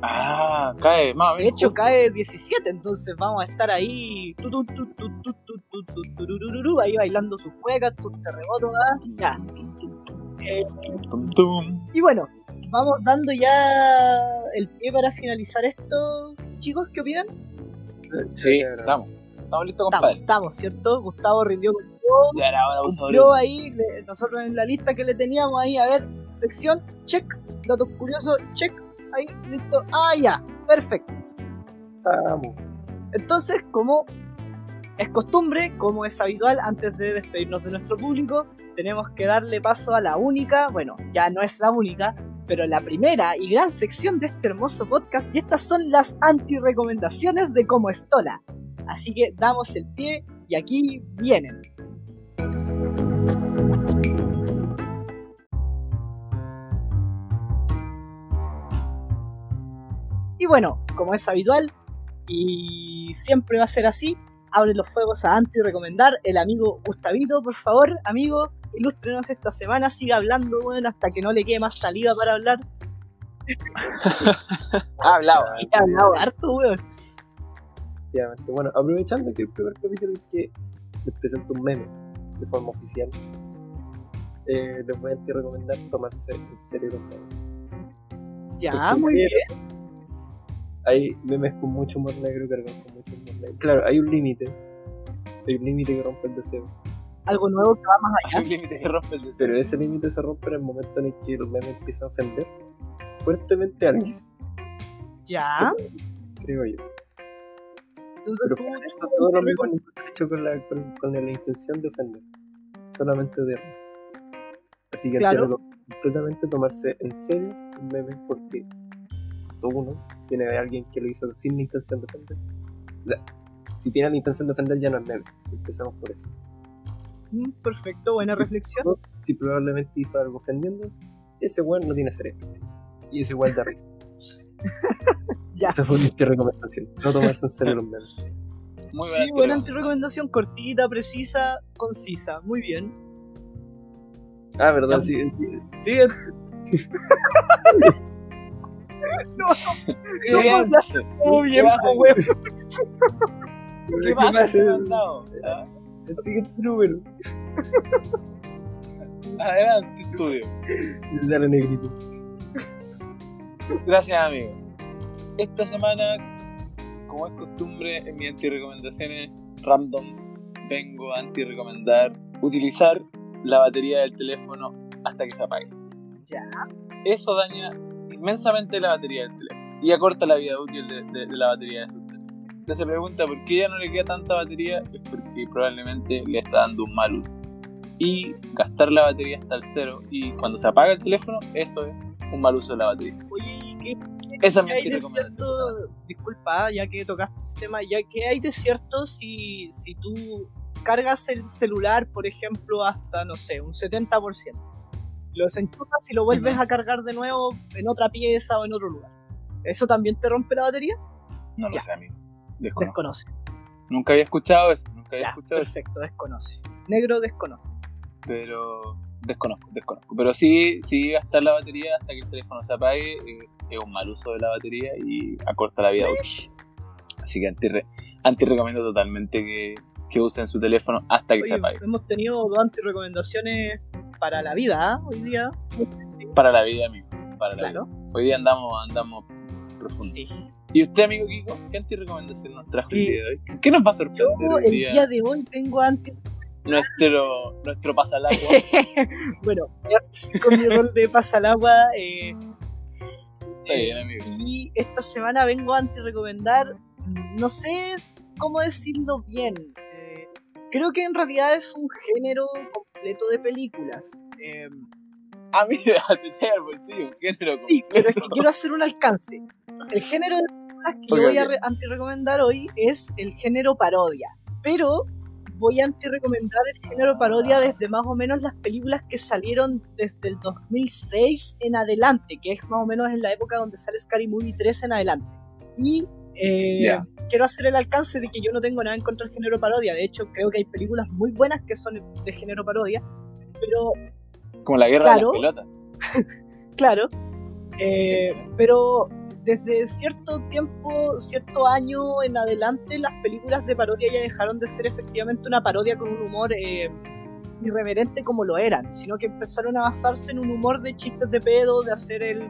C: Ah, cae, más o
B: De
C: menos
B: hecho,
C: justo.
B: cae 17, entonces vamos a estar ahí. tu, tu, tu, tu, tu, tu, tu, tu, tururururu, Ahí bailando sus cuecas, tus terremotos. ¿ah? Ya. Eh,
C: Tum, tum.
B: y bueno, vamos dando ya el pie para finalizar esto. Chicos, ¿qué opinan?
C: Sí, estamos. Estamos listos,
B: Estamos,
C: compadre.
B: estamos, ¿cierto? Gustavo rindió con todo.
C: Ya era hora,
B: Cumplió ahí, le- nosotros en la lista que le teníamos ahí, a ver, sección, check, datos curiosos, check, ahí, listo, ah, ya, perfecto.
A: Estamos.
B: Entonces, como es costumbre, como es habitual, antes de despedirnos de nuestro público, tenemos que darle paso a la única, bueno, ya no es la única, pero la primera y gran sección de este hermoso podcast, y estas son las anti-recomendaciones de Como Estola. Así que damos el pie y aquí vienen. Y bueno, como es habitual, y siempre va a ser así. Abre los fuegos a anti recomendar el amigo Gustavito, por favor, amigo, ilústrenos esta semana, siga hablando, bueno, hasta que no le quede más saliva para hablar.
C: Ha hablado. eh.
B: Y ha hablado harto, weón.
A: Efectivamente. Bueno, aprovechando que el primer capítulo es que les presento un meme de forma oficial, eh, les voy a recomendar tomarse en serio los memes.
B: Ya, muy bien.
A: Hay memes con mucho humor negro cargados con mucho humor negro. Claro, hay un límite. Hay un límite que rompe el deseo.
B: Algo nuevo que va más
C: Hay un límite que rompe el deseo.
A: Pero ese límite se rompe en el momento en el que el meme empieza a ofender fuertemente a alguien,
B: allá.
A: creo yo.
B: Entonces,
A: Pero
B: tú-
A: eso todos los memes han hecho con la, con, con la intención de ofender. solamente de error. Así que
B: Claro.
A: entiendo completamente tomarse en serio un meme porque punto uno tiene a alguien que lo hizo sin la intención de ofender. O sea, si tiene la intención de ofender ya no es meme. Empezamos por eso.
B: Mm, Perfecto, buena reflexión.
A: Dos, si probablemente hizo algo ofendiendo, ese weón no tiene cerebro. Y es igual de risa.
B: Ya.
A: Esa fue mi recomendación. No tomarse en serio los memes.
C: Muy
B: Sí, buena antirecomendación, cortita, precisa, concisa. Muy bien.
A: Ah, verdad,
B: Ya.
A: sí. sí, sí, es-
B: No,
C: Bien.
B: hablar muy bien, pues, bajo, huevo.
A: ¿Qué
C: ¿Qué
A: pasa?
C: pasa? mandado?
A: El siguiente número.
C: Adelante, estudio.
A: Dale negrito.
C: Gracias, amigo. Esta semana, como es costumbre en mis antirecomendaciones random, vengo a antirecomendar utilizar la batería del teléfono hasta que se apague.
B: Ya.
C: Eso daña inmensamente la batería del teléfono y acorta la vida útil de, de- de la batería de su teléfono. Usted se pregunta por qué ya no le queda tanta batería, es porque probablemente le está dando un mal uso. Y gastar la batería hasta el cero y cuando se apaga el teléfono, eso es un mal uso de la batería.
B: Oye, ¿y ¿qué
C: Esa
B: ¿Qué
C: es mi
B: hay de
C: antirecomendación.
B: cierto, disculpa, ya que tocaste ese tema, ya que hay de cierto si, si tú cargas el celular, por ejemplo, hasta, no sé, un 70%, lo desenchufas y lo vuelves
C: Ujú.
B: a cargar de nuevo en otra pieza o en otro lugar? ¿Eso también te rompe la batería?
C: No
B: Ya.
C: lo sé, amigo. Desconozco.
B: Desconoce.
C: Nunca había escuchado eso, nunca había
B: Ya,
C: escuchado eso,
B: perfecto, desconoce. Negro desconoce.
C: pero desconozco, desconozco. Pero sí, sí gastar la batería hasta que el teléfono se apague eh, es un mal uso de la batería y acorta la vida útil. Así que antirre- antirrecomiendo totalmente que, que usen su teléfono hasta que se
B: Oye,
C: apague.
B: hemos tenido dos antirecomendaciones para la vida ¿ah? hoy día.
C: Para la vida, amigo. Para la
B: Claro,
C: vida. Hoy día andamos, andamos profundo.
B: sí.
C: ¿Y usted, amigo Kiko, qué antirrecomendación nos trajo el
B: Y-
C: día de hoy? ¿Qué nos va a
B: Yo
C: sorprender hoy
B: el
C: día?
B: día de hoy tengo anti
C: Nuestro, nuestro pasalagua.
B: bueno, con mi rol de pasalagua. Eh,
C: Está bien, amigo.
B: y esta semana vengo a recomendar, no sé s- cómo decirlo bien. eh, creo que en realidad es un género completo de películas. eh,
C: Ah, mira, te echas al bolsillo, qué loco.
B: sí, pero es que quiero hacer un alcance. El género de películas que yo
C: Ok,
B: voy a
C: ok.
B: re- antirrecomendar hoy es el género parodia. Pero voy a antirrecomendar el género parodia desde más o menos las películas que salieron desde el 2006 en adelante, que es más o menos en la época donde sale Scary Movie 3 en adelante. Y eh,
C: Ya.
B: quiero hacer el alcance de que yo no tengo nada en contra del género parodia. De hecho, creo que hay películas muy buenas que son de género parodia. Pero
C: Como la guerra
B: Claro.
C: de las pelotas.
B: Claro. Eh, pero desde cierto tiempo, cierto año en adelante, las películas de parodia ya dejaron de ser efectivamente una parodia con un humor eh, irreverente como lo eran, sino que empezaron a basarse en un humor de chistes de pedo, de hacer el,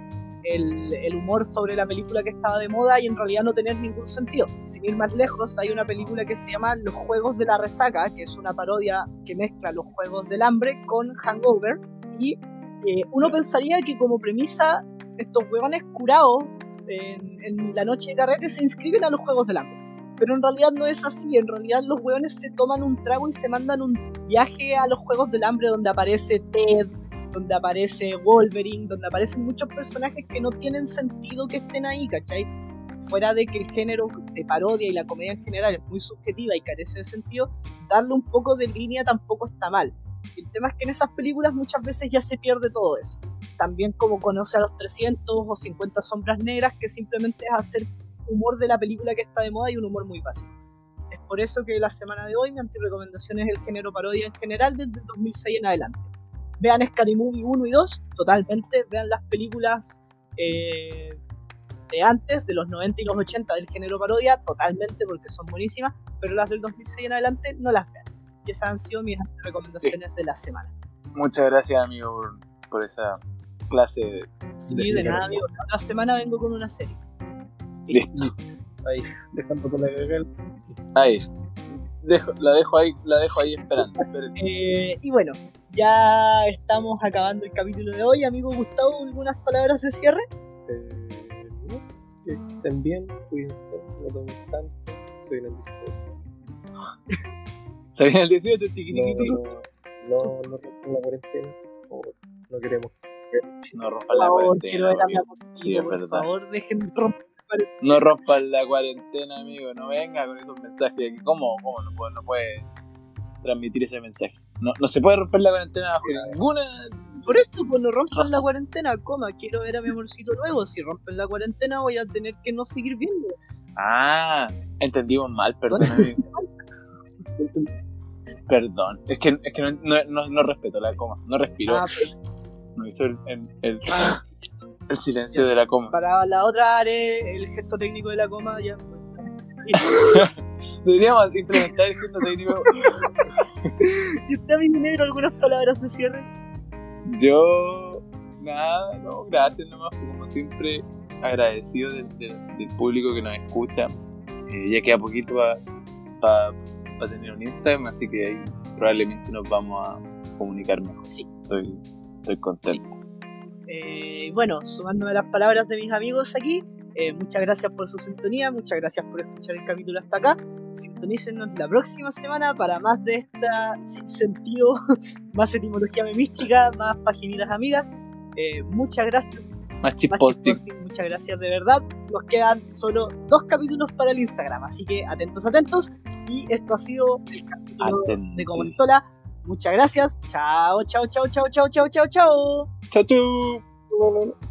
B: el- el humor sobre la película que estaba de moda y en realidad no tener ningún sentido. Sin ir más lejos, hay una película que se llama Los Juegos de la Resaca, que es una parodia que mezcla los Juegos del Hambre con Hangover y eh, uno pensaría que como premisa estos huevones curados en, en la noche de carrete se inscriben a los Juegos del Hambre. Pero en realidad no es así, en realidad los huevones se toman un trago y se mandan un viaje a los Juegos del Hambre donde aparece Ted, donde aparece Wolverine, donde aparecen muchos personajes que no tienen sentido que estén ahí, ¿cachai? Fuera de que el género de parodia y la comedia en general es muy subjetiva y carece de sentido, darle un poco de línea tampoco está mal. El tema es que en esas películas muchas veces ya se pierde todo eso. También como conoce a los 300 o 50 sombras negras, que simplemente es hacer humor de la película que está de moda y un humor muy básico. Es por eso que la semana de hoy mi antirecomendación es el género parodia en general desde el 2006 en adelante. Vean Scary Movie 1 y 2, totalmente. Vean las películas eh, de antes, de los 90 y los 80 del género parodia, totalmente, porque son buenísimas. Pero las del 2006 en adelante no las vean. Y esas han sido mis recomendaciones de la semana.
C: Muchas gracias, amigo, por, por esa clase de.
B: Sí,
C: Decir
B: de nada,
C: algo.
B: amigo. La otra semana vengo con una serie.
C: Listo.
A: Ahí, dejando por la cagada.
C: Ahí. Dejo- la dejo ahí, la dejo ahí esperando. espérenme.
B: Eh, y bueno, ya estamos acabando el capítulo de hoy. Amigo Gustavo, ¿algunas palabras de cierre?
A: Eh, no, que estén bien, cuídense, no tomen tanto. Soy un antisocial.
C: Se viene el 18, tiquitiquiti.
A: No, no, no, no rompan la cuarentena, por favor. No queremos.
C: No rompan
B: Por
C: la
B: favor, quiero
C: cuarentena.
B: ver a
C: amigo.
B: la
C: Sí, es
B: por
C: verdad.
B: favor, dejen de romper.
C: No rompan la cuarentena, amigo. No venga con esos mensajes. ¿Cómo? ¿Cómo no puede, no puede transmitir ese mensaje? No, no se puede romper la cuarentena bajo ninguna.
B: Por eso, pues no rompan
C: Razón.
B: la cuarentena, coma, quiero ver a mi amorcito luego. Si rompen la cuarentena voy a tener que no seguir viendo.
C: Ah, entendimos mal, perdón. amigo. Perdón. Es que, es que no, no, no- no respeto la coma. No respiro.
B: Ah, pero
C: No hizo el, el, el- el silencio de la coma.
B: para la otra haré el gesto técnico de la coma, ya. pues.
C: Deberíamos implementar el gesto técnico.
B: ¿Y usted, amigo negro, algunas palabras de cierre?
C: Yo, nada, no, gracias nomás, como siempre, agradecido del, del- del público que nos escucha. Eh, ya queda poquito para tener un Instagram, así que ahí probablemente nos vamos a comunicar mejor.
B: Sí.
C: Estoy, estoy contento.
B: Eh, bueno, sumándome a las palabras de mis amigos aquí, eh, muchas gracias por su sintonía, muchas gracias por escuchar el capítulo hasta acá. Sintonícenos la próxima semana para más de esta sin sentido, más etimología memística, más paginitas amigas. Eh, muchas gracias,
C: Más
B: más
C: chiposting.
B: chisposting, muchas gracias de verdad. Nos quedan solo dos capítulos para el Instagram, así que atentos, atentos. Y esto ha sido el capítulo de Como
C: Atentos.
B: Estola. Muchas gracias. Chao, chao, chao, chao, chao, chao, chao, chao.
C: Chau, chau.